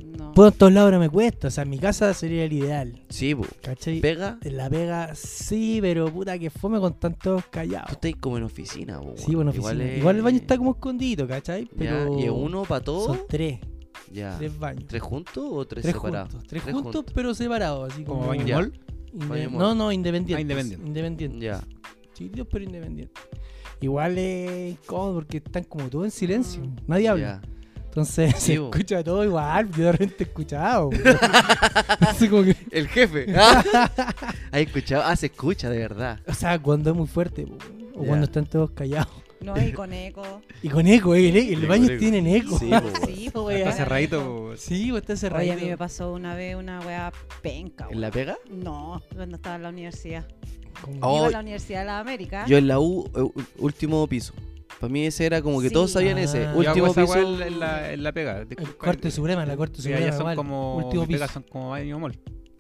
C: No.
B: puedo en todos lados, ahora me cuesta. O sea, en mi casa sería el ideal.
A: Sí, po.
B: ¿Cachai?
A: Pega.
B: En la pega sí, pero puta que fome con tantos
A: Tú
B: callados.
A: estás como en oficina, po,
B: Sí,
A: weón.
B: bueno, oficina. Igual,
A: es-
B: el baño está como escondido, ¿cachai?
A: Ya,
B: Pero
A: ¿Y es uno para todos?
B: son tres,
A: Ya.
B: tres baños.
A: ¿Tres juntos o tres,
B: Tres
A: separados?
B: juntos, tres, juntos, pero separados, así como,
D: Como baño
A: Ya.
D: mall.
B: inde-
A: baño mol.
B: No, no, independientes.
D: Ah, independiente.
B: Independientes.
A: Ya.
B: Chiquititos, pero independientes. Igual es incómodo porque están como todos en silencio, nadie habla.
A: Mm, ya.
B: Entonces *laughs*
A: Sí,
B: se
A: bo.
B: escucha todo igual, yo de repente he escuchado. bo. *laughs* Así como que-
A: El
B: *laughs*
A: jefe. *laughs* ¿Has escuchado? Ah, se escucha, de verdad.
B: o sea, cuando es muy fuerte, bo, o
A: Ya.
B: cuando están todos callados.
C: No, y con eco.
B: Y con eco, eh, el, el
A: Sí,
B: baño
A: con eco.
B: tiene eco. *laughs*
A: Sí,
B: Sí,
A: bo.
C: Sí, po,
B: Está
C: weá.
D: cerradito. pues.
B: bo, está cerrado.
C: Oye, a mí me pasó una vez una weá
B: Ah,
C: penca.
A: ¿En la
C: weón.
A: pega?
C: No, cuando estaba en la universidad.
B: Como-
A: Oh,
C: Iba a la Universidad de la
B: Ah.
C: América.
A: Yo en la U, eh, u- último piso. Para mí ese era como que
C: Sí.
A: todos sabían ese.
B: Ah.
D: Yo hago
A: Último
D: esa
A: piso.
D: weá en la- en la, en la pega.
B: El Corte Suprema, la Corte
D: Sí,
B: Suprema.
D: allá son
B: igual.
D: como.
B: Último
D: mi pega
B: piso.
D: son como baño mall.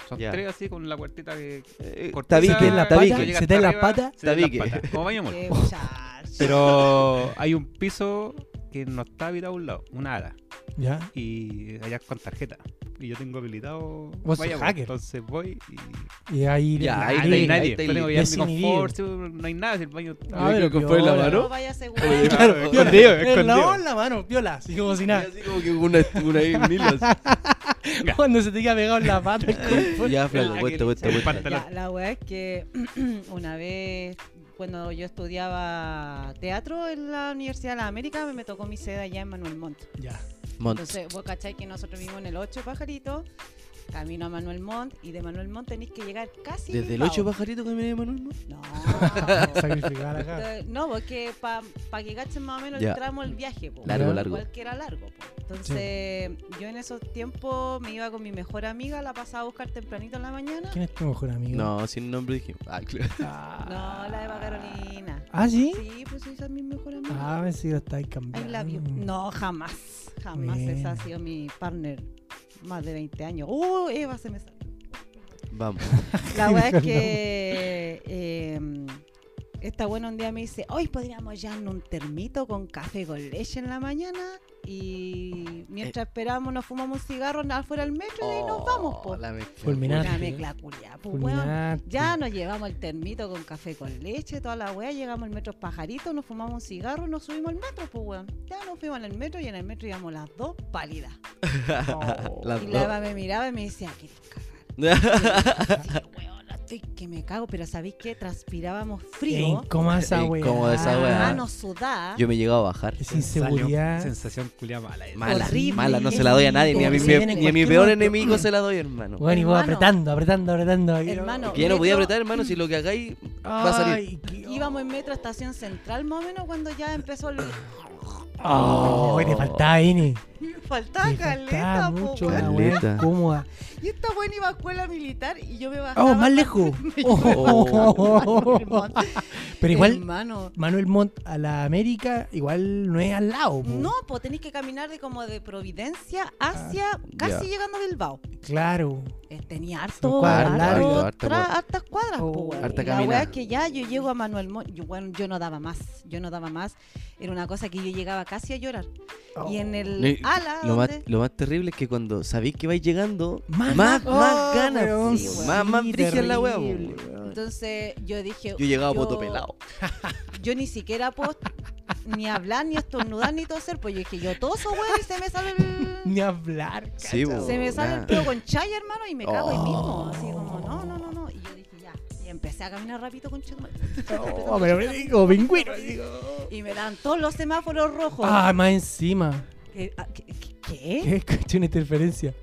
D: Son
A: Ya.
D: tres así con la puertita que.
A: Eh,
D: cortiza,
A: Tabique,
B: en la
D: que
B: pata,
A: tabique.
D: llega
B: se
D: hasta
B: te en la
D: arriba,
B: pata.
D: se te en
A: Tabique.
D: las patas, Como baño mall.
B: Eh.
C: Qué muchacho.
D: Pero hay un piso que no está habitado a un lado, una ala.
B: Ya.
D: Y allá es con tarjeta. Y yo tengo habilitado.
B: Vos sos
D: vaya,
B: hacker.
D: Entonces voy y
B: Y ahí. Ah,
A: Ya, ahí
D: Ahí Ah, no hay
A: te- ahí
D: nadie.
A: te-
D: Yo tengo que llevar mi
B: desinhibido.
D: confort, sí, no hay nada, si el baño.
B: Ah, pero
A: que fue la
B: piola.
A: mano.
C: No vaya seguro.
D: *laughs* Claro, escondido,
B: En la
D: escondido.
B: la mano, piola. Así como si nada.
A: Así como que una, una en hilos.
B: *laughs* Cuando se te queda pegado en la
A: *laughs*
B: pata. el confort.
A: Ya, flaco,
D: Ah,
A: vuelta,
D: que
A: vuelta,
D: se
A: vuelta.
D: parte.
C: Ya, la weá es que *clears throat* una vez, cuando yo estudiaba teatro en la Universidad de la América, me tocó mi sede allá en Manuel Montt.
B: Ya.
A: Mont.
C: Entonces, vos cacháis que nosotros vivimos en el 8 Pajarito, camino a Manuel Montt, y de Manuel Montt tenéis que llegar casi.
A: Desde el
C: Bilbao.
A: 8 pajarito que viene Manuel, ¿no? *laughs*
C: No.
B: *laughs* Sacrificar acá.
C: Entonces, No, porque para que cachen más o menos
A: Ya.
C: el tramo el viaje, po.
A: Largo,
B: Ya.
A: largo.
C: igual que era largo. po. Entonces, yo en esos tiempos me iba con mi mejor amiga, la pasaba a buscar tempranito en la mañana.
B: ¿Quién es tu mejor amigo?
A: No, sin nombre dijimos. Ah, claro.
B: Ah.
C: No, la Eva Carolina.
B: ¿Ah, sí?
C: Sí, pues esa es mi mejor amiga.
B: Ah, me sido hasta ahí
C: I
B: cambiando.
C: love you. No, jamás. Jamás esa ha
B: Buena.
C: sido mi partner. Más de 20 años. ¡Uh, Eva se me salió!
A: Vamos.
C: La
A: *laughs*
C: verdad es que eh, esta buena un día me dice, hoy podríamos llevarnos un termito con café con leche en la mañana y
A: Eh.
C: mientras esperamos nos fumamos un cigarro afuera del metro y ahí nos vamos.
A: por
C: Po. La,
A: Oh, La mezcla.
B: Fulminante.
C: mezcla culiá, po, weón.
B: Fulminante.
C: Ya nos llevamos el termito con café con leche, toda la weá, llegamos al metro pajarito, nos fumamos un cigarro, nos subimos al metro, pues weón. Ya nos fuimos en el metro y en el metro íbamos las dos pálidas.
A: Las
C: y
A: dos.
C: la Eva me miraba y me decía, "Ah, ¿quieres cagar?
A: *laughs*
C: Sí, weona, estoy que me cago, pero ¿sabéis que transpirábamos
B: Qué
C: frío?
B: incómoda esa
A: Qué
B: weá.
A: incómoda esa weá.
C: Ah, nos sudá.
A: Yo me he llegado a bajar.
B: Es
D: Salió
B: inseguridad.
D: Sensación culia mala. eh. esa.
A: Mala,
C: Horrible.
A: mala, no se la doy a nadie, ni a mi,
B: Horrible.
A: mi- ni a mi
B: En cualquier
A: peor
B: momento.
A: enemigo se la doy, hermano.
B: Bueno, y vos
C: Hermano.
B: apretando, apretando, apretando. ahí,
C: Hermano.
A: Que ya no
C: Metro-
A: podía apretar, hermano, si lo que hagáis va a salir.
B: Ay, qué-
C: Íbamos en metro a estación central más o menos cuando ya empezó el...
B: Oh, te faltaba N.
C: Me *laughs* faltaba
B: te faltaba
C: caleta, po,
B: mucho
C: weón.
B: la weá
A: Caleta.
B: incómoda.
C: Y esta buena iba a escuela militar y yo me bajaba...
B: Oh, más
C: *laughs*
B: lejos. *laughs* Oh. Pero igual,
C: Hermano...
B: Manuel Montt a la América, igual no es al lado. po.
C: No, pues tenéis que caminar de como de Providencia
B: Ah,
C: hacia casi
A: ya.
C: llegando a Bilbao.
B: Claro.
C: Eh, Tenía
B: Son
C: harto,
B: cuadras
C: harto
B: largas.
A: Harta
C: tra-
A: cua-
C: hartas cuadras, po,
B: Oh.
C: weón.
A: Harta
C: Y La weá
A: caminada.
C: es que ya yo llego a Manuel Montt, yo, bueno, yo no daba más, yo no daba más. Era una cosa que yo llegaba casi a llorar. Y en
A: No,
C: el
A: y
C: ala,
A: Lo más,
C: donde-
A: lo más terrible es que cuando sabéis que vais llegando, más,
B: Más-
A: más,
B: oh,
A: ganas,
B: weón,
A: po,
C: sí,
A: más, más
B: sí,
A: brígida la weá. po,
B: terrible,
A: weón.
C: entonces yo dije,
A: Yo llegaba a
C: yo-
A: poto pelado.
C: Yo ni siquiera puedo ni hablar, ni estornudar, ni toser, pues yo dije, yo toso, weón, y se me sale el,
B: Oh, Ni hablar.
A: Sí,
B: cacha,
A: bo.
C: se me sale el
A: nada.
C: pelo con chaya, hermano, y me cago ahí mismo.
A: Oh.
C: Así como, no, no, no, no. Y yo dije, ya. Y empecé a caminar rápido con chuma.
B: Oh, pero me digo, pingüino. digo.
C: Y me dan todos los semáforos rojos.
B: Ah, más encima.
C: ¿Qué? ah, qué- qué- qué?
B: ¿Qué? *laughs* Escuché una interferencia.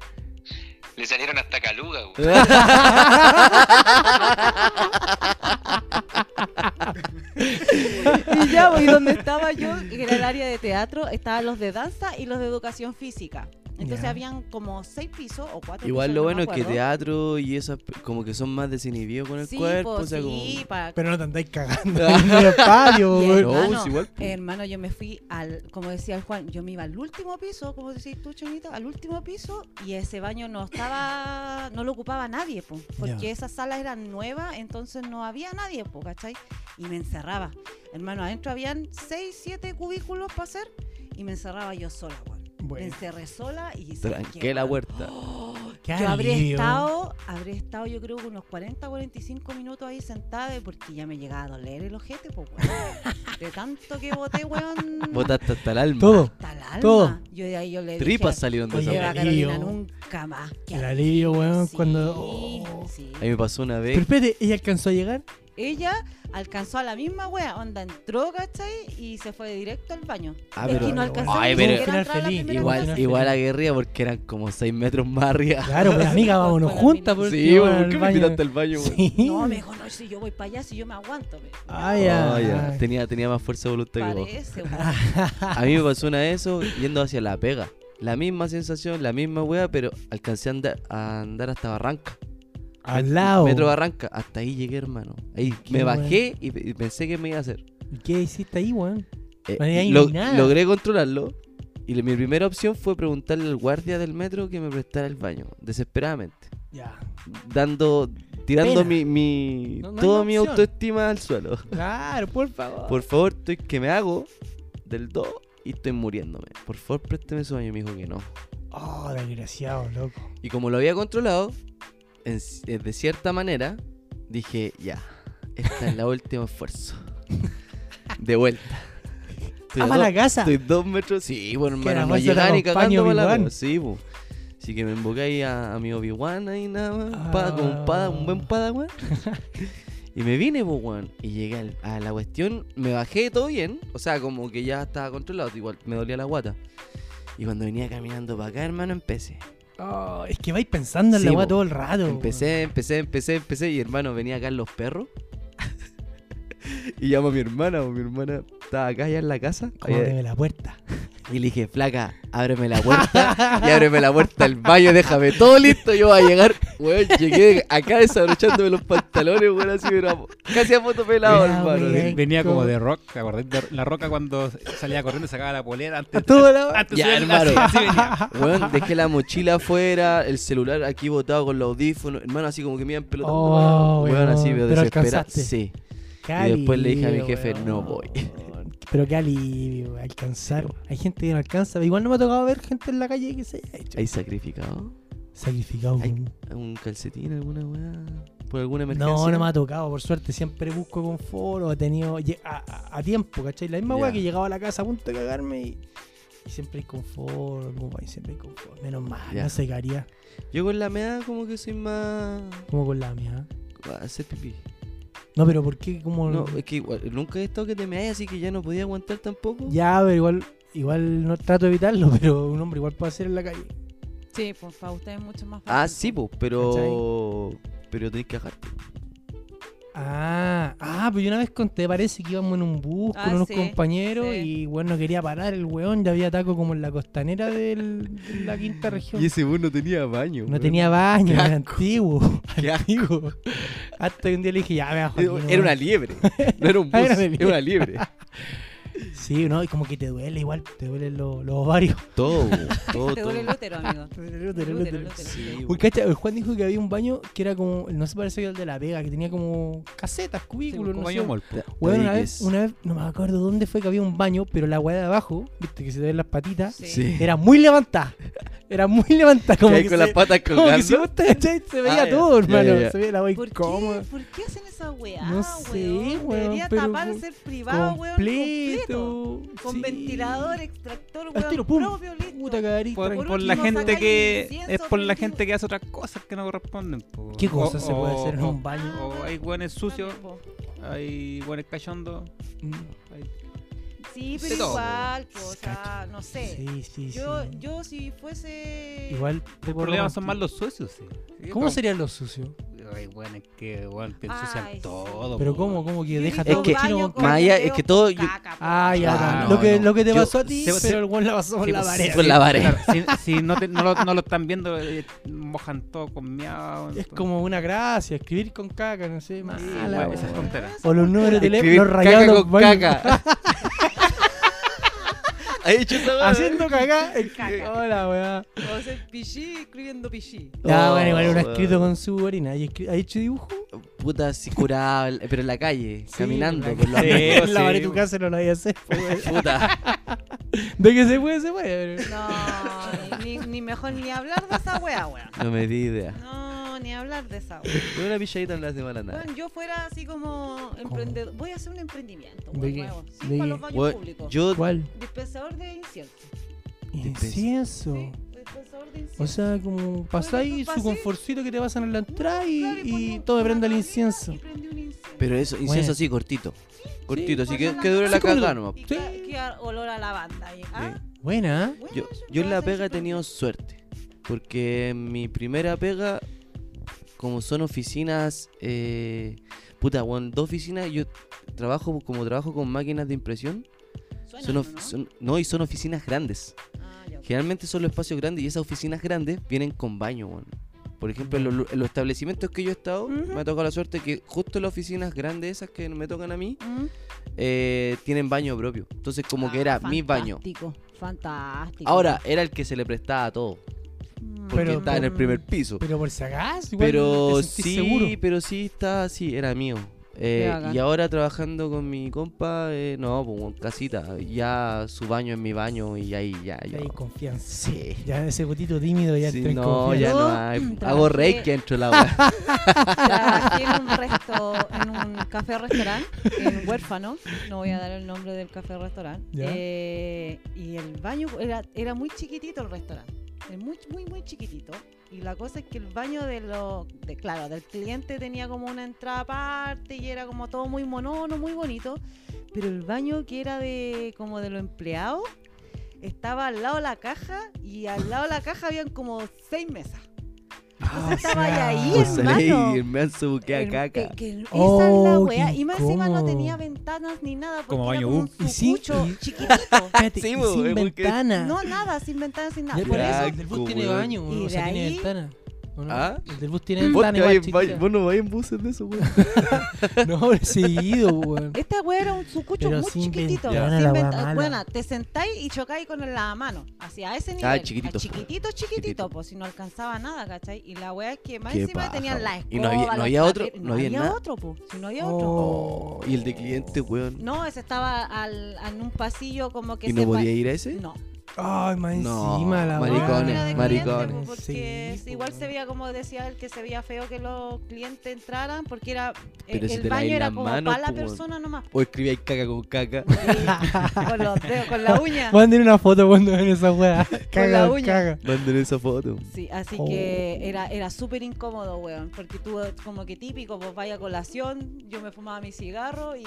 E: Le salieron hasta caluga, güey.
C: *laughs* Y ya,
B: *laughs*
C: voy donde estaba yo, que era el área de teatro, estaban los de danza y los de educación física. Entonces
B: Ya.
C: habían como seis pisos o cuatro
A: Igual
C: pisos,
A: lo
C: no
A: bueno
C: me
A: es que
C: acuerdo.
A: teatro y esas p- como que son más desinhibidos con el
C: sí,
A: cuerpo.
C: po,
A: o sea,
C: sí,
A: *laughs* como...
C: pa-
B: Pero no te
A: *laughs*
B: andáis cagando en el patio,
C: *laughs* Y
B: weón.
A: No,
C: hermano,
A: es igual, po.
C: hermano, yo me fui al, como decía el Juan, yo me iba al último piso, como decís tú, Chonito, al último piso y ese baño no estaba, no lo ocupaba nadie, po, porque
B: Ya.
C: esas salas eran nuevas, entonces no había nadie, po, ¿cachai? Y me encerraba. Hermano, adentro habían 6, 7 cubículos para hacer y me encerraba yo sola, weón. Me
B: Bueno,
C: encerré sola y se
A: Tranqué la puerta.
C: *gasps*
B: qué
C: Yo habré
B: alivio.
C: estado, habré estado yo creo que unos 40, 45 minutos ahí sentada eh, porque ya me llegaba a doler el ojete, pues weón.
A: *laughs*
C: De tanto que boté, weón.
A: Botaste hasta el alma.
B: Todo.
C: Hasta el alma.
B: todo.
C: Yo de ahí yo le
A: Tripas
C: dije,
A: salieron de
B: Oye,
A: esa
C: "Oye,
A: wea.
C: va,
B: el
C: Carolina,
B: alivio.
C: nunca más. que
B: El
C: hablar".
B: alivio, weón,
C: Sí,
B: cuando. oh.
C: sí.
A: A mí me pasó una
B: Pero
A: vez.
B: espérate, ¿ella alcanzó a llegar?
C: Ella alcanzó a la misma wea, onda entró, ¿cachai? Y se fue directo al baño.
A: Ah,
C: es
A: pero-
C: que no alcanzó
A: Ay,
C: ni
A: pero-
C: siquiera a entrar a la
B: Final feliz,
C: primera
A: Igual,
B: final
A: igual
B: feliz.
A: aguerrida porque eran como 6 metros más arriba.
B: *laughs* Claro, pues
C: *laughs*
B: amiga, vámonos
C: Con la
B: juntas. por
A: Sí,
B: último,
A: ¿por
B: al
A: qué me
B: baño.
A: tiraste al baño, weón?
B: Sí.
C: No, me dijo, no, si yo voy para allá, si yo me aguanto. Me,
B: Ah, ya.
A: Ah, ya. Tenía, tenía más fuerza de voluntad que vos.
C: parece, weón.
B: Ah.
A: A mí me pasó una de eso yendo hacia la pega. La misma sensación, la misma wea, pero alcancé a andar, a andar hasta Barranca.
B: Al lado.
A: Metro Barranca. Hasta ahí llegué, hermano. Ahí
B: Qué
A: me
B: wea.
A: bajé y, pe- y pensé que me iba a hacer.
B: ¿Y qué hiciste ahí, weón?
A: Eh,
B: No había ni
A: lo-
B: nada.
A: logré controlarlo. Y le- mi primera opción fue preguntarle al guardia del metro que me prestara el baño. Desesperadamente.
B: Ya.
A: Dando. Tirando
B: Pena.
A: mi, mi-
B: No- no hay
A: toda
B: más
A: mi
B: opción. Ah.
A: autoestima al suelo.
B: Claro, por favor.
A: Por favor, estoy que me hago del 2 y estoy muriéndome. Por favor, présteme su baño. Y me dijo que no.
B: Oh, desgraciado, loco.
A: Y como lo había controlado, en ci- eh, de cierta manera, dije, ya, esta
B: *laughs*
A: es la última esfuerzo. De vuelta. Estoy, a
B: Ama
A: dos-
B: Ah, la casa.
A: estoy dos metros. Sí, bueno,
B: Que la
A: hermano, no
B: fuerza te
A: llegaba ni
B: acompañe,
A: cagando para la
B: Obi-Wan.
A: wea. Sí, po. Así que me invoqué ahí a, a mi Obi-Wan ahí nada más,
B: Ah.
A: pa- con un, pada, un buen
B: *laughs*
A: padawan. y me vine, po, weón. Y llegué al- a la cuestión, me bajé todo bien. O sea, como que ya estaba controlado, igual me dolía la guata. Y cuando venía caminando para acá, hermano, empecé.
B: Oh, es que vais pensando en
A: Sí,
B: la weá
A: po.
B: todo el rato.
A: Empecé, empecé, empecé, empecé. Y hermano, venía acá en los perros. *laughs* y llamo a mi hermana, o mi hermana estaba acá ya en la casa.
B: weón.
A: allá-
B: Cóbreme la puerta.
A: y le dije, flaca, ábreme la puerta. y ábreme la puerta al baño, déjame todo listo. Yo voy a llegar. Weón, llegué acá desabrochándome los pantalones, weón, así era casi a foto pelado,
B: Ya,
A: hermano.
B: weón.
A: así.
B: Bien,
D: Venía
B: como-
D: como de rock, ¿te acordás? de la roca cuando salía corriendo sacaba la polera antes.
B: Toda la
D: antes
A: Ya,
D: de-
A: hermano.
D: así- *laughs* así venía.
B: *laughs*
A: Weón, dejé la mochila afuera, el celular aquí botado con los audífonos. Hermano, así como que me iban pelotando.
B: Oh,
A: weón, así
B: weón,
A: veo
B: pero
A: desesperado.
B: alcanzaste.
A: Sí.
B: Qué
A: Y después le dije a mi
B: alivio,
A: jefe,
B: weón.
A: no voy.
B: Pero qué alivio, alcanzar. Hay gente que no alcanza. Igual no me ha tocado ver gente en la calle que se haya hecho.
A: ¿Hay sacrificado?
B: Sacrificado.
A: Ay,
B: weón.
A: ¿Un calcetín, alguna weá? ¿Por alguna emergencia?
B: No, no me ha tocado, por suerte siempre busco confort o he tenido lle- a, a- a tiempo, ¿cachai? La misma
A: Ya.
B: weá que llegaba a la casa a punto de cagarme y, y siempre hay confort, compadre, siempre hay confort. Menos mal,
A: Ya.
B: no se caería
A: Yo con la mea como que soy más...
B: como con la mía.
A: a hacer pipí.
B: No, pero ¿por qué? Como...
A: No, es que igual, nunca he estado que te meáis, así que ya no podía aguantar tampoco.
B: Ya, pero igual, igual no trato de evitarlo, *laughs* pero un hombre igual puede hacer en la calle.
C: Sí, pues para ustedes es mucho más fácil.
A: Ah, sí, pues, pero... Pero tenés que bajarte.
B: Ah, ah, pero yo una vez conté, parece que íbamos en un bus
C: Ah,
B: con unos
C: sí,
B: compañeros
C: sí.
B: y bueno, no quería parar el weón, ya había taco como en la costanera del- de la quinta región.
A: ese bus no tenía baño.
B: No tenía baño,
A: Qué
B: era
A: asco.
B: antiguo.
A: *laughs* Qué
B: antiguo. Hasta que un día le dije, ya me bajo. aquí,
A: Eh, Era una
B: nomás". *laughs*
A: liebre. No era un bus,
B: Ah, era
A: era,
B: de liebre.
A: una liebre.
B: Sí, no, y como que te duele igual, te duelen los, los ovarios.
A: *laughs* todo,
B: *laughs*
A: todo,
C: Te duele el
A: todo.
C: útero, amigo.
B: Te duele,
C: Te duele el útero.
A: Sí,
B: Uy,
A: pues.
B: cacha, el Juan dijo que había un baño que era como, no se parecía al de la Vega, que tenía como casetas,
D: Sí,
B: cubículos,
D: como
B: no sé.
D: baño mall, po.
B: Weón,
A: Te
B: una vez,
A: diques.
B: una vez, no me acuerdo dónde fue que había un baño, pero la weá de abajo, viste que se te ven las patitas,
C: Sí.
A: Sí.
B: era muy levantada. Era muy levantada, como
A: Quedé
B: que
A: con
B: se,
A: las patas
B: como que si
A: colgando.
B: vos te echás, se veía
A: Ah, ya.
B: todo,
A: Ya, ya,
B: hermano.
A: ya.
B: Se veía la weá
C: ¿Por
B: incómoda.
C: qué? ¿Por qué hacen esa weá,
B: No sé,
C: weón?
B: weón,
C: Debería
B: pero
C: tapar
B: con-
C: ser privado, weón, completo. Con
B: sí.
C: ventilador, extractor, weón,
B: Al tiro, pum.
C: propio, listo.
B: Puta cagarita.
D: Por,
C: Por
D: por la
C: último,
D: gente
C: sacáis
D: que.
C: incienso
D: Es por la
C: prendido.
D: gente que hace otras cosas que no corresponden. po.
B: ¿Qué
D: O-
B: cosas se puede
D: o-
B: hacer en
D: o-
B: un baño?
D: O hay hueones sucios,
C: También, po.
D: hay hueones cachondos. hay-
C: Sí,
D: De
C: pero
D: todo,
C: igual, po, o sea,
B: Cacho.
C: no sé.
B: Sí, sí,
C: yo,
B: sí.
C: yo si fuese...
B: Igual, te
D: Los problemas son más los sucios, sí. Sí,
B: ¿Cómo
D: pero-
B: serían los sucios?
D: Ay, bueno, es que bueno, te
C: Ay,
D: ensucian
C: sí.
D: todo.
B: Pero
D: po,
B: ¿cómo?
D: weón.
B: ¿Cómo que
C: Yo he
B: deja
C: visto
B: todo
A: Es que
C: baños
B: cochino?
C: con
A: más allá- es
C: dedos
A: que todo
C: con
A: yo-
C: caca, po.
B: Ah, ya,
D: Ah,
B: ya.
D: no,
B: lo, que,
A: no.
B: lo que te
A: Yo-
B: pasó a ti,
D: se- se-
B: pero el weón la pasó por
D: Sí,
B: pues,
D: pues,
B: la
D: sí,
B: pared.
A: por la pared.
D: Claro, si, si no, te- no, lo, no lo están viendo, eh, mojan todo con miau.
B: Es como una gracia, escribir con caca, no sé, mala,
D: weón,
B: weón.
D: esa es tontera.
B: O los números de
A: Escribir
B: teléfono rayados.
A: caca
B: los
A: con
B: baños.
D: *laughs*
A: caca. *laughs* Ahí hecho esa weá.
B: Haciendo caca.
C: Caca.
B: Hola, weá.
C: O sea, pichí escribiendo pichí.
B: Ya,
A: Oh,
B: bueno, igual uno ha
A: weón.
B: escrito con su orina. ¿Hay escri- ¿Hay hecho dibujo?
A: Puta, así curado, el- pero en la calle,
B: Sí,
A: caminando
B: en la
A: por la
B: *laughs*
D: calle.
B: En
D: Sí,
B: la pared de
A: *laughs*
B: pues,
D: sí,
B: tu casa no lo voy a hacer, po, weón.
A: puta.
B: De que se puede, se puede. pero-
C: No, ni, ni mejor ni hablar de esa wea, weón.
A: No me di idea.
C: No, ni hablar de esa wea.
A: De una pilladita no le hace mal a nada.
C: Weón, yo fuera así como emprendedor. Voy a hacer un emprendimiento,
B: ¿De
C: weón,
B: qué?
C: nuevo. Sí,
B: ¿De
C: para
B: qué?
C: los baños
A: Weón,
C: públicos.
A: yo,
B: *laughs* ¿Cuál?
C: Dispensador de incienso.
B: Incienso.
C: Sí, dispensador de incienso.
B: O sea, como pasáis
C: tú
B: su
C: pasé.
B: conforcito que te pasan en la entrada y,
C: Claro,
B: y
C: ponía
B: todo me
C: una
B: prende el
C: cabrita
B: incienso.
C: y prendí un incienso.
A: pero eso, incienso
B: Bueno.
A: así, cortito. Cortito, así
C: Pues
A: que,
C: a la
A: que dure la
B: Sí, como-
A: cagada nomás.
C: Y
B: Sí.
C: ca- que a- olor a lavanda. ahí. Ah,
B: Buena, ¿eh?
C: bueno,
A: Yo,
C: eso
A: yo en
C: lo
A: la
C: hacen
A: pega he
C: súper
A: tenido
C: bien.
A: suerte. Porque en mi primera pega, como son oficinas. eh, puta, weón, dos oficinas. Yo trabajo, como trabajo con máquinas de impresión.
C: Suena,
A: Son
C: ¿no?
A: of- son- no, y son oficinas grandes.
C: Ah, ya, ok.
A: Generalmente son los espacios grandes y esas oficinas grandes vienen con baño, weón. Por ejemplo, en los, lu- en los establecimientos que yo he estado,
C: Ujú.
A: me ha tocado la suerte que justo las oficinas grandes, esas que me tocan a mí,
C: Mm.
A: eh, tienen baño propio. Entonces, como que
C: Ah,
A: era mi baño.
C: Fantástico, fantástico.
A: Ahora, era el que se le prestaba a todo.
C: Mm.
A: Porque
B: Pero-
A: estaba en el primer piso.
B: Pero por si acaso, igual
A: Pero
B: te sentís
A: sí,
B: seguro.
A: pero sí está así, era mío. Eh,
C: Qué bacán.
A: y ahora trabajando con mi compa, eh, no, pues bueno, casita, ya su baño en mi baño y ahí ya. yo-
B: Hay confianza.
A: Sí.
B: Ya ese gotito tímido ya
A: Sí,
B: entra en
A: no,
B: confianza.
A: ya no
C: Yo, *clears throat*
A: hay.
C: trabajé-
A: Hago reiki dentro la agua.
C: *laughs* Trabajé en un resto, en un café restaurante, en huérfano, no voy a dar el nombre del café restaurante.
B: Ya.
C: y el baño era, era muy chiquitito el restaurante, era muy, muy, muy chiquitito. Y la cosa es que el baño de los, de, claro, del cliente tenía como una entrada aparte y era como todo muy monono, muy bonito. Pero el baño que era de como de los empleados estaba al lado de la caja y al lado de la caja habían como seis mesas.
B: Ah,
C: estaba
B: o sea,
C: ahí,
A: *laughs*
B: pues,
C: *laughs* hermano. eh,
A: me han subuqueado
C: El-
A: caca.
C: que- que esa es la
B: Oh,
C: weá.
B: qué
C: Y más encima no
B: incómodo.
C: tenía ventanas ni nada. Porque
D: Como
C: era
D: baño
C: como
D: U.
C: un
B: Y sí,
C: sucucho
B: y-
A: *laughs*
C: chiquitito.
B: Espérate,
A: Sí,
B: y
A: bo,
B: sin
A: es porque-
B: ventana.
C: No, nada, sin ventanas, sin nada.
B: Ya,
C: Por
A: Ya,
C: eso,
B: el del bus
A: co,
B: tiene
A: weón.
B: baño,
C: Y
B: o sea,
C: de
B: tiene
C: ahí-
B: ventana. ¿o no?
A: ¿Ah?
B: El del bus tiene
A: Vos,
B: ventana
A: te
B: igual
A: vais en baño-
B: chiquitita.
A: vos no vais en buses de eso, weón.
B: No,
A: *laughs*
B: pero seguido, weón.
C: esta weá era un sucucho
B: Pero
C: muy
B: sin
C: chiquitito.
B: ventana,
C: sin
B: la weá
C: ventana.
B: mala.
C: Bueno, te sentáis y chocáis con el lavamano. Así, a ese nivel.
A: Ah, chiquitito.
C: A chiquitito, chiquitito,
A: Chiquitito.
C: Pues si no alcanzaba nada, ¿cachai? Y la weá es que más
A: Qué
C: encima
A: paja,
C: tenían la
A: weón.
C: escoba.
A: Y no había- no
C: los
A: había otro,
C: papeles.
A: no había nada.
C: otro, pues. Si no había otro.
B: Oh.
A: y el de cliente, weón.
C: No, ese estaba al, en un pasillo como que
A: ¿Y no
C: sepa-
A: podía ir a ese?
C: No.
B: Ay, más
A: No,
B: encima la weá.
A: maricones,
C: No, era Ah, de
A: maricones.
C: cliente, pues, porque
B: Sí,
C: igual
B: po.
C: se veía, como decía él, que se veía feo que los clientes entraran, porque era
A: Pero
C: el,
A: si
C: el
A: te laváis
C: baño era
A: las
C: como
A: manos,
C: para la
A: po, weón. *laughs*
C: persona nomás.
A: O escribí ahí caca con
C: *laughs*
A: caca.
C: con los dedos,
A: *laughs*
C: con la uña.
B: Manden una foto cuando ven esa
C: *laughs*
B: weá. Caga,
C: uña.
B: caga.
A: Manden esa foto.
C: Sí, así
B: Oh.
C: que era era súper incómodo, weón, porque tú como que típico, pues vaya colación, yo me fumaba mi cigarro y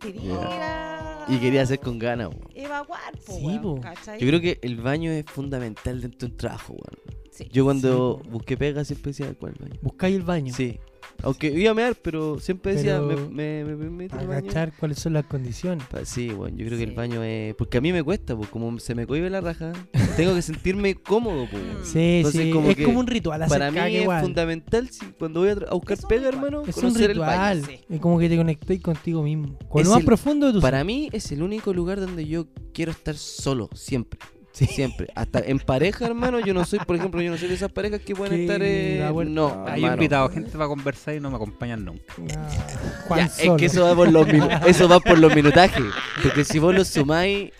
C: quería
A: Ya.
C: ir a-
A: Y quería hacer con ganas, weón.
C: evacuar, po,
B: Sí,
C: weón,
B: po.
C: ¿cachai?
A: Yo creo que el baño es fundamental dentro de un trabajo, weón.
C: Sí.
A: Yo cuando
B: Sí.
A: busqué pega siempre decía, ¿cuál baño?
B: Buscáis el baño.
A: Sí. Aunque iba a mear, pero siempre decía,
B: Pero-
A: me, me, me permite el
B: Para
A: baño.
B: cachar cuáles son las condiciones.
A: Pa- Sí, bueno, yo creo que el
C: Sí.
A: baño es. Porque a mí me cuesta, pues como se me cohibe la raja, tengo que sentirme
C: *laughs*
A: cómodo, pues.
C: Mm.
A: weón.
B: Sí,
A: Entonces,
B: sí.
A: como
B: es
A: que
B: como un ritual hacer
A: Para mí
B: caca
A: es
B: igual.
A: fundamental si, cuando voy a, tra- a buscar
C: Es un
A: pega,
C: ritual.
A: hermano,
B: Es un
A: conocer el baño.
B: ritual. Es como que te conectáis contigo mismo. Con
A: Es
B: lo más
A: el-
B: profundo de tu
A: Para mí es el único lugar donde yo quiero estar solo, siempre.
B: Sí.
A: Siempre. Hasta en pareja, hermano, yo no soy, por ejemplo, yo no soy de esas parejas que
B: *laughs*
A: pueden
B: Que
A: estar. eh,
B: la vuelta-
A: No,
D: Hay
A: hermano.
D: invitado gente para conversar y no me acompañan nunca.
A: *laughs*
B: Ah, Juan
A: Ya, es
B: Solo.
A: que eso va por los
B: *laughs*
A: minu- eso va por los minutajes. Porque si vos los sumáis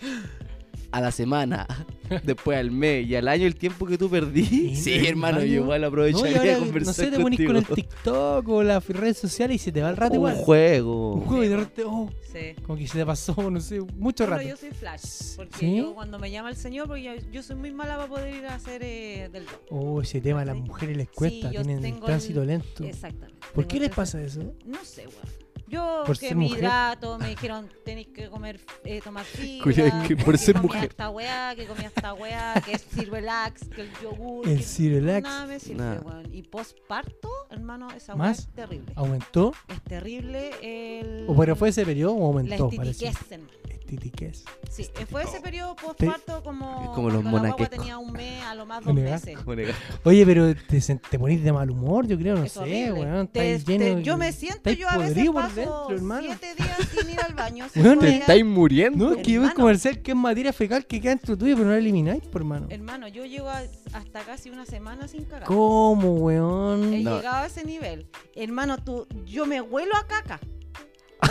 A: a la semana, *laughs* después al mes y al año el tiempo que tú perdí,
B: Sí,
A: sí, hermano,
B: hermano.
A: yo igual
B: No, y
A: aprovecharía a
B: ahora,
A: conversar
B: no sé, te ponís
A: contigo.
B: con el TikTok o las redes sociales y se te va el rato
A: un
B: igual. Un
A: *laughs* juego.
B: juego y de repente, oh,
C: Sí.
B: como que se te pasó, no sé, mucho
C: Bueno,
B: rato.
C: yo soy flash, porque
B: ¿Sí?
C: yo cuando me llama el señor, porque yo, yo soy muy mala para poder ir a hacer eh, del do.
B: Oh, ese tema a las
C: Sí.
B: mujeres les
C: Sí,
B: cuesta,
C: yo
B: tienen
C: tengo
B: tránsito
C: el-
B: lento.
C: Exactamente.
B: ¿Por
C: Tengo
B: qué les
C: tres-
B: pasa eso?
C: No sé, weón. Yo
B: ¿Por
C: que
B: ser
C: me
B: mujer?
C: hidrato, me dijeron tenéis que comer, eh,
B: *laughs*
C: tomar fibra,
A: Cuidado, que por ser
C: comía
A: mujer.
C: esta weá, que comía esta weá, que el Cirvelax, que el yogur,
B: El
C: que
B: Cirelax.
C: nada me sirve,
A: Nada.
C: weón. Y postparto, hermano, esa weá
B: ¿Más?
C: es terrible.
B: ¿Aumentó?
C: Es terrible el
B: ¿O pero fue ese periodo o
C: la
B: aumentó? parece?
C: estitiquez, hermano.
B: Estitiquez.
C: Sí, eh, fue ese periodo postparto como,
A: Es como los
C: cuando la guagua
A: monaquescos.
C: tenía un mes, a lo más
B: ¿Me
C: dos
B: negas?
C: meses.
B: Oye, pero te, sen- te ponís de mal humor, yo creo, no
C: Es
B: sé,
C: horrible.
B: weón.
C: Te-
B: estáis
C: te-
B: lleno de-
C: yo me siento,
B: estáis
C: yo a veces
B: podrido por
C: paso
B: dentro, hermano.
C: siete días sin ir
B: *laughs*
C: al baño. sin
B: Weón,
C: poder
B: te
C: ir al
A: muriendo.
B: No, es que yo veo
C: Hermano.
B: comercial que es materia fecal que queda dentro tuyo, pero no la elimináis, por hermano.
C: Hermano, yo llego a- hasta casi una semana sin cagar.
B: ¿Cómo,
C: He
B: weón?
A: No. *laughs*
C: llegado a ese nivel. Hermano, tú, yo me huelo a caca.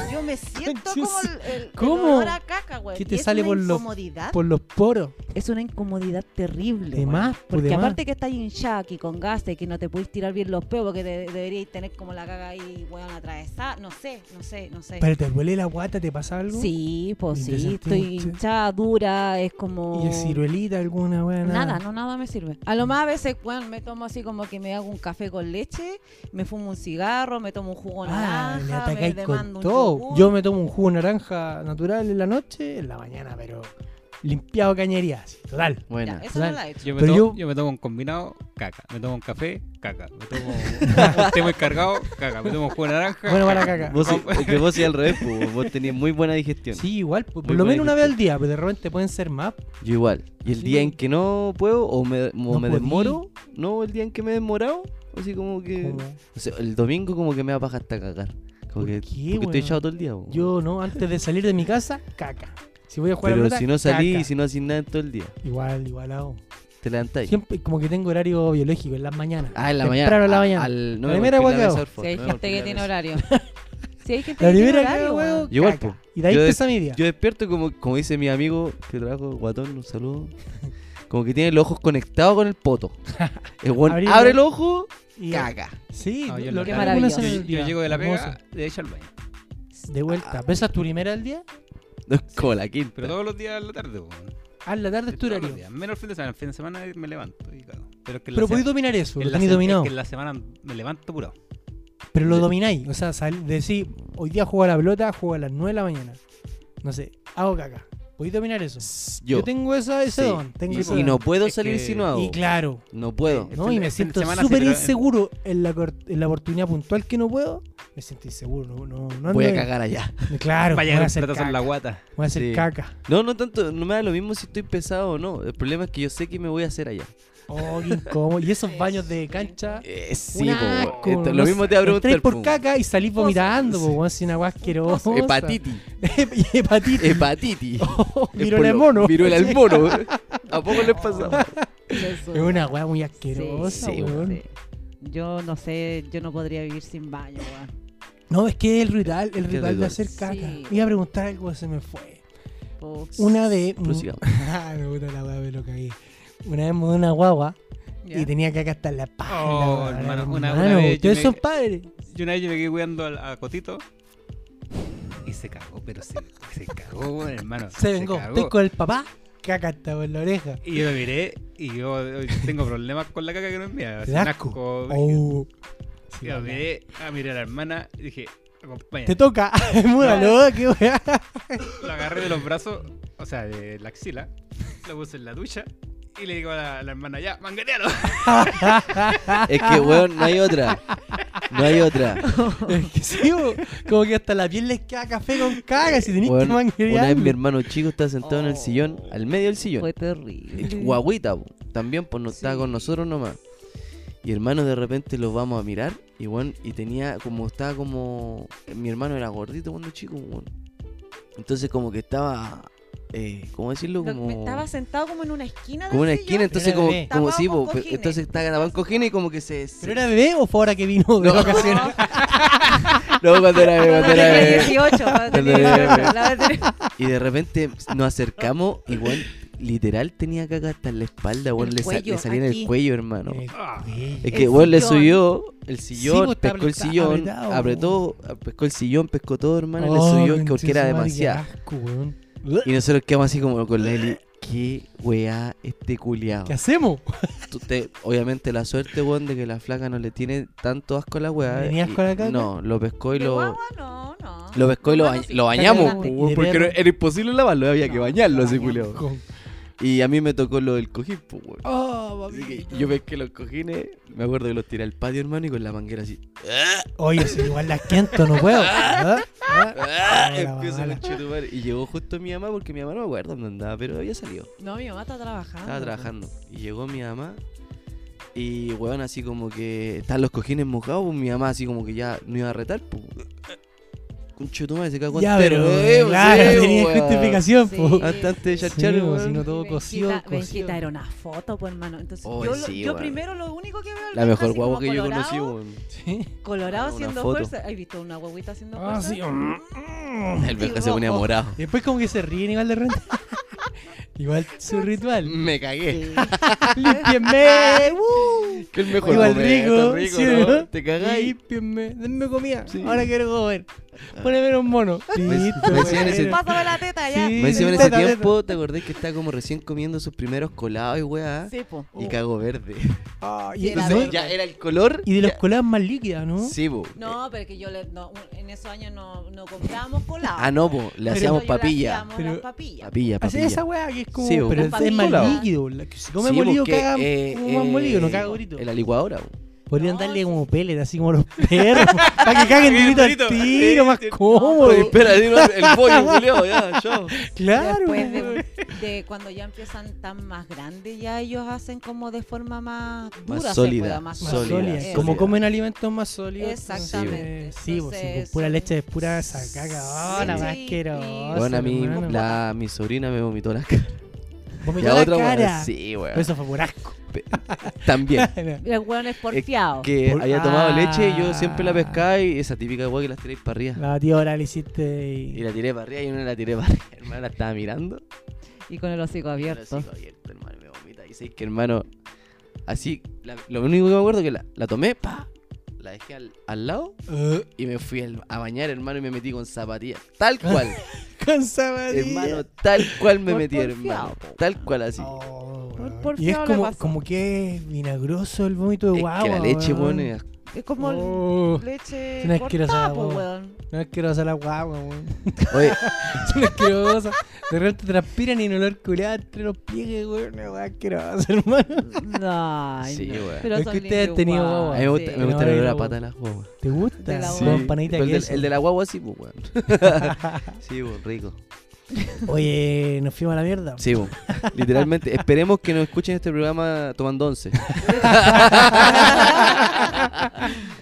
C: Yo Yo me siento
B: Yo
C: como
B: sé-
C: el, el- el
B: ¿Cómo?
C: olor a caca, güey.
B: ¿Qué te
C: Y es
B: sale
C: una
B: por los-
C: incomodidad?
B: Por los poros.
C: Es una incomodidad terrible.
B: De
C: güey.
B: más, pues,
C: Porque
B: de más.
C: aparte que estás hinchada aquí con gases, que no te podéis tirar bien los peos, porque de- deberíais tener como la caga ahí, weón, atravesada. No sé, no sé, no sé.
B: Pero te duele la guata, ¿te pasa algo?
C: Sí, pues
B: Y te
C: sí,
B: sentís
C: estoy
B: hincha.
C: hinchada, dura, es como...
B: ¿Y ciruelita alguna, weá?
C: Nada, no nada me sirve. A lo más a veces, weón, me tomo así como que me hago un café con leche, me fumo un cigarro, me tomo un jugo de
B: Ah, le
C: naranja, me
B: atacáis
C: demando
B: con
C: un
B: todo.
C: yogur.
B: Yo me tomo un jugo de naranja natural en la noche, en la mañana, pero limpiado cañería, así, total.
A: Bueno,
C: Ya, eso no
B: dale.
C: lo he hecho.
D: Yo me,
B: Pero
D: tomo,
B: yo-
D: yo me tomo un combinado, caca. Me tomo un café, caca. Me tomo un té muy cargado, caca. Me tomo un jugo de naranja.
B: Bueno, para
D: caca.
B: la caca.
A: vos, sí- es que vos sí al revés, po, vos, tenías muy buena digestión.
B: Sí, igual, por, por
A: Muy
B: lo
A: buena
B: menos una vez al día, pero de repente pueden ser más.
A: Yo igual. Y el
B: Sí.
A: día en que no puedo, o me, o me
B: podí.
A: demoro, no, el día en que me he demorado, así como que.
B: como-
A: O sea, el domingo como que me da paja hasta cagar. Como
B: ¿Por
A: que,
B: qué,
A: porque
B: weón?
A: estoy echado todo el día. po.
B: Yo no, antes de salir de mi casa, caca. Si voy a jugar
A: Pero
B: a la pelota,
A: si no salí
B: caca.
A: y si no haces nada en todo el día,
B: Igual, igual hago.
A: te levantáis.
B: Siempre como que tengo horario biológico en las mañanas.
A: Ah, en la
B: Temprano
A: mañana.
B: en la
A: a-
B: mañana.
A: al-
B: La
A: no me
B: primera
A: golpeé
B: hueá que
A: la
B: hago.
A: mesa, por
C: Si hay
A: favor, no me
C: gente
A: golpeé
C: que
A: la
C: tiene
A: mesa.
C: horario. Si hay gente
B: La
C: que tiene
B: primera que
C: horario,
B: hago,
C: weón.
B: weón,
A: Yo igual,
B: caca.
A: po.
B: Y de ahí
A: Yo de-
B: empieza mi día.
A: Yo despierto como, como dice mi amigo que trabajo, guatón, un saludo. Como que tiene los ojos conectados con el
B: *laughs*
A: poto. El weón
B: Abrí-
A: abre el ojo,
B: Y-
A: caga.
B: Sí,
D: No, yo
B: lo
D: no.
B: que
C: Qué
B: hago
C: maravilloso.
B: una vez
D: Yo,
B: al día.
D: yo llego de la
B: Hermoso.
D: pega, de hecho al baño.
B: De
A: Ah.
B: vuelta. ¿Pesas tu primera al día?
A: No es como la quinta.
D: Pero todos los días a la tarde, po, weón.
B: Ah, en la tarde es tu
D: Todos los
B: horario.
D: días, Menos el fin de semana. El fin de semana me levanto y cago. Pero, es que en la
B: Pero podéis
D: se-
B: dominar eso,
D: en
B: lo
D: la
B: tenéis
D: se- es
B: dominado.
D: que en la semana me levanto puro.
B: Pero lo domináis. O sea, sal- decís, hoy día juego a la pelota, juego a las 9 de la mañana. No sé, hago caca. Podéis dominar eso.
A: Yo.
B: tengo esa, ese
A: Sí.
B: don. Tengo
A: y,
B: ese
A: y
B: don.
A: no puedo
D: Es
A: salir
D: que-
A: si no hago.
B: Y claro. Eh,
A: No puedo.
D: El
B: No,
D: fin
B: y
D: de-
B: me
D: el fin de
B: siento
D: semana sí,
B: súper
D: pero-
B: inseguro en la, cor- en la oportunidad puntual que no puedo. Me siento inseguro, no, no, no ando
A: Voy a
B: bien.
A: cagar allá.
B: Claro,
D: Vaya,
B: voy a
D: los
B: hacer
D: platos
B: caca.
D: en la guata.
B: Voy a hacer
A: Sí.
B: caca.
A: No, no tanto, no me da lo mismo si estoy pesado o no. El problema es que yo sé que me voy a hacer allá.
B: Oh, qué incómodo. Y esos baños de cancha.
A: Eh, sí,
B: un
A: po, weón.
B: asco,
A: Esto-
B: no
A: Lo mismo
B: sé.
A: te va a preguntar. pues.
B: Entráis por
A: po.
B: caca y salís vomitando, po, weón, sin agua asquerosa. *laughs*
A: Hepatitis.
B: Y hepatitis.
A: Hepatitis.
B: *laughs* Oh,
A: Es
B: viruela
A: por
B: del
A: lo-
B: mono. *laughs*
A: Viruela el mono. ¿A poco les pasa?
C: Eso.
B: Es una weá muy asquerosa,
A: Sí,
B: weón.
C: Sí. Yo no sé, yo no podría vivir sin baño, weón.
B: No, es que el ritual, el
A: Qué
B: ritual
A: ritual.
B: de hacer caca.
C: Sí.
B: Iba a preguntar algo, se me fue.
C: Puta,
B: Una vez.
A: *laughs* Prosigamos.
B: *laughs* Ah, me gusta la weá, me lo cagué. Una vez mudé una guagua
C: ya.
B: y tenía caca hasta en la paja.
D: Oh,
B: la-
D: hermano,
B: la-
D: una-
B: hermano,
D: una vez yo
B: ustedes
D: me-
B: son padres.
D: Yo una vez yo me quedé cuidando al- a, Cotito. Y se cagó, pero se, se cagó, weón, hermano.
B: Se vengó.
D: cagó.
B: Estoy con el papá, caca hasta en la oreja.
D: Y yo lo miré y yo hoy tengo problemas con la caca que no es mía.
B: Te
D: Es
B: da
D: un
B: asco.
D: asco.
B: Oh. Sí,
D: Y Yo
B: vale.
D: miré, ah, miré a la hermana y dije, acompáñame.
B: Te toca, *laughs* múdalo, qué weá.
D: Lo agarré de los brazos, o sea, de la axila. Lo puse en la ducha. Y le digo a la, a la hermana, ya, manganealo.
A: Es que, weón, no hay otra. No hay
B: *laughs*
A: otra.
B: Es que sí, bo. como que hasta la piel les queda café con caca si tenés
A: Weón,
B: que
A: una vez mi
B: manguerear.
A: hermano chico estaba sentado en el sillón,
C: Oh.
A: al medio del sillón.
C: Fue terrible.
A: Guaguita, po. también, pues no estaba
C: Mm. Sí.
A: con nosotros nomás. Y hermano, de repente lo vamos a mirar. Y weón, y tenía como, estaba como. Mi hermano era gordito cuando chico, weón. Entonces, como que estaba. Eh, ¿Cómo decirlo?
C: Lo- me
A: Como.
C: estaba sentado como en una esquina
A: como
C: del
A: una
C: sillón.
A: esquina, entonces,
B: Pero
A: como,
B: era bebé.
A: como sí,
C: Tapado
A: po,
C: con
A: pe-
C: cojines.
A: entonces está grabado en cojines y como que se. se-
B: ¿Pero era bebé o fue ahora que vino
A: *laughs*
B: de
A: No.
B: vacaciones?
A: No, cuando era bebé, cuando era
C: Ah, tenía
A: bebé.
C: 18, cuando tenía
A: Cuando era
C: 18, la verdad, tenía-
A: Y de repente nos acercamos y weón, literal tenía caca hasta en la espalda, weón,
C: El
A: le, sa- le
C: cuello,
A: salía en
C: aquí.
A: el cuello,
B: *laughs*
A: hermano.
B: Eh,
D: Ah.
A: Es
C: el
A: que weón le
C: sillón.
A: subió el
B: Sí,
A: sillón,
B: pues, está
A: pescó el
B: apretado,
A: sillón,
B: apretado,
A: apretó, pescó el sillón, pescó todo, hermano,
B: oh,
A: le subió que porque era
B: conchetumare, qué
A: demasiado.
B: asco, weón.
A: Y nosotros quedamos así como con la Eli, qué weá este culiao.
B: ¿Qué hacemos?
A: Tú te- obviamente la suerte, weón, de que la flaca no le tiene tanto asco a la weá.
B: ¿Tenía
A: y-
B: asco a la caca?
A: No, lo pescó y
C: de
A: lo.
C: guagua, no, no.
A: Lo pescó y lo,
C: Bueno,
A: bañ-
C: sí,
A: lo
C: está
A: bañamos,
C: grande.
A: po, weón,
B: Y
A: porque
B: perro.
A: era, era imposible lavarlo, había que
C: No,
A: bañarlo
C: lo
A: ese
C: bañamos.
A: culiao.
B: Con-
A: Y a mí me tocó lo del cojín, pues, weón.
B: Oh,
A: Así que yo pesqué los cojines, me acuerdo que los tiré al patio, hermano, y con la manguera así.
B: Oye, si igual las quento, no
A: *laughs*
B: puedo. ¿Ah?
A: ¡Ah!
B: Mala,
A: Empiezo a
B: mala.
A: conchetumar. Y llegó justo mi mamá, porque mi mamá no me acuerdo dónde andaba, pero había salido.
B: Ah,
C: No, mi mamá está trabajando.
A: Estaba trabajando. Y llegó mi mamá. Y, weón, así como que estaban los cojines mojados, pues mi mamá así como que ya no iba a retar, pues. Conchetumar, se cagó
B: Ya,
A: entero,
B: pero
A: eh,
B: claro,
A: sí,
B: tenía
A: weón.
B: justificación, po.
C: Sí.
A: Hasta antes de
C: Sí,
A: chachar,
B: weón,
A: weón.
B: si no todo cosido,
C: Benjita,
B: cosido.
C: Benjita era una foto, pues hermano. Entonces,
A: Oh,
C: yo, lo-
A: sí,
C: yo
A: weón.
C: primero lo único que veo al
A: La
C: Benja
A: mejor
C: así
A: guagua
C: como
A: que yo conocí,
C: colorado,
A: weón.
B: Ah,
A: Ah,
B: Sí.
C: Colorado
A: Una
C: haciendo
A: foto.
B: Ah,
C: fuerza. ¿Has visto una guaguita haciendo fuerza?
B: Mm, mm.
A: El viejo se ponía
C: rojo.
A: morado.
B: Y después como que se ríen igual de repente. igual su ritual.
A: Me cagué. *laughs*
C: Sí.
B: ¡Límpienme! ¡Uh!
A: Que el mejor
B: igual
A: momento,
B: rico. sí, ¿no?
A: ¿no? Te cagáis.
B: Límpienme. Denme comida.
A: Sí.
B: Ahora quiero comer. Poneme
A: *laughs*
B: un mono. Listo.
A: me decían ese-
B: bueno.
C: Pásame la teta ya.
B: Sí,
A: Me encima en ese
B: teta, teta.
A: tiempo, ¿te acordás que estaba como recién comiendo sus primeros colados y weá?
C: Sí, po.
A: Y cagó verde.
B: Ah, y,
C: Sí, era
B: ¿no?
A: Entonces ya era el color.
B: Y de los
A: ya-
B: colados más líquidas, ¿no?
A: Sí, po.
C: No, pero que yo le, no, un- en esos años no, no comprábamos colado.
A: Ah, no, po. Le
B: Pero-
A: hacíamos
C: Yo le
A: papilla.
C: hacíamos
B: Pero-
C: las papillas.
A: Papilla,
B: Así
A: papilla.
B: esa weá que es como.
A: Sí, bo.
B: pero
C: Con
B: es, es más
C: papilla.
B: líquido. la que si come
A: Sí,
B: molido,
A: porque,
B: caga.
A: eh,
B: como más
A: eh, Ah,
B: molido, no caga gorito.
A: En la licuadora, po.
B: Podrían
C: No,
B: darle
C: sí.
B: como pellet, así como los *laughs* perros. para
A: *laughs*
B: que caguen
D: Bien,
B: durito al
D: durito.
B: tiro, más
D: Sí, sí.
B: cómodo.
A: Oye, espera, dilo,
B: *laughs*
A: el pollo, Julio, ya,
B: Ah,
A: yo.
B: Claro. weón.
C: Después de, de cuando ya empiezan tan más grandes, ya ellos hacen como de forma más dura. se
A: sólida,
C: pueda, más
B: Más
A: sólida,
B: sólidas.
C: Eso.
B: Como
A: sólida.
B: comen alimentos más sólidos.
C: Exactamente.
B: entonces, Sí, pues, sí,
C: Entonces,
B: pues, pura
C: son-
B: leche es pura esa caga. Oh, la
A: Sí,
B: más
C: y-
B: asquerosa.
A: Bueno, a mí,
B: hermano.
A: la, mi sobrina me vomitó las caras.
B: Vomitó
A: Ya
B: la
A: otra, weá.
B: cara.
A: Sí,
B: Pero
A: weón.
B: Eso fue por asco. *laughs*
A: También.
C: Los hueones porfiados.
A: Que
B: Por-
A: había tomado
B: Ah.
A: leche y yo siempre la pescaba y esa típica weá que las tiráis para arriba.
B: La tía ahora le hiciste.
A: Y
B: y-
A: la tiré para arriba y una la tiré para arriba. *laughs* Hermano, la estaba mirando.
C: Y con el
A: y
C: hocico
A: el
C: abierto.
A: hocico abierto, hermano, y me vomita. Y sé que, hermano, así, la- lo único que me acuerdo es que la, la tomé, pa, la dejé al, al lado
B: Eh,
A: y me fui al- a bañar, hermano, y me metí con zapatillas.
B: *laughs*
A: Tal cual,
B: Con sabadilla.
A: hermano, tal cual me
C: Por
A: metí, hermano.
C: porfiado, po.
A: Tal cual así.
B: Oh,
C: Por-
B: weón.
C: por
B: y es
C: fiado le
B: como,
C: pasó.
B: como que es vinagroso el vómito de
A: es
B: guagua.
A: que la leche,
B: weón.
A: weón, es asco.
C: Es como
B: Oh,
C: leche.
B: Es una asquerosa,
C: cortada, pues, po,
B: weón. *laughs*
C: weón.
B: no es asquerosa la guagua, weón. *laughs*
A: Oye,
B: Es una asquerosa. De repente transpiran y un olor culeado entre los pies, weón. Una weá asquerosa, *laughs* hermano.
C: No, ay,
A: Sí,
C: no.
A: weón.
C: Pero
B: Es
C: son
B: que ustedes
C: lindos
B: tenían
C: igual,
B: guagua.
A: a mí me gusta,
C: sí.
A: me gusta el
B: No,
A: olor a
B: no.
A: la pata de las guaguas.
B: ¿Te gusta?
C: De la Sí, guagua.
B: Con panadita
A: pero el,
B: de
A: del-
B: queso.
A: el de la guagua sí, pues,
B: *laughs*
A: weón. sí, weón, rico.
B: Oye, nos fuimos a la mierda.
A: Sí, po. literalmente. Esperemos que nos escuchen este programa tomando once.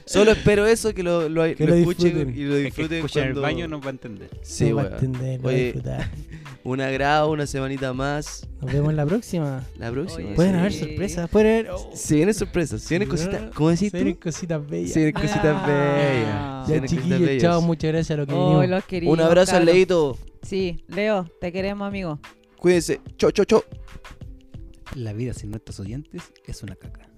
A: Solo espero eso, que lo, lo-
B: Que
A: lo
B: lo
A: escuchen
B: disfruten.
A: y lo
D: El que
A: disfruten.
D: escucha en el
A: cuando-
D: baño no va a entender.
A: Sí,
B: No va a
A: weón.
B: entender, no va a
A: Oye,
B: disfrutar.
A: un agrado, una semanita más.
B: Nos vemos en la próxima.
A: La próxima.
C: Oye,
B: Pueden
A: sí.
B: haber sorpresas. Pueden haber. oh,
A: Se vienen sorpresas, se vienen cositas. ¿Cómo decís
B: se vienen
A: tú?
B: cositas bellas.
A: Se vienen cositas
C: Ah.
A: bellas. se
C: Ya,
B: Ya,
A: vienen cositas
B: chiquillos,
A: bellas.
B: chao. Muchas gracias a los que
C: Oh,
B: vinimos.
C: los querimos,
A: Un abrazo al
C: cabros.
A: Leito.
C: Sí, Leo, te queremos, amigo.
A: Cuídense. Chau, chau, chau.
D: La vida sin nuestros oyentes es una caca.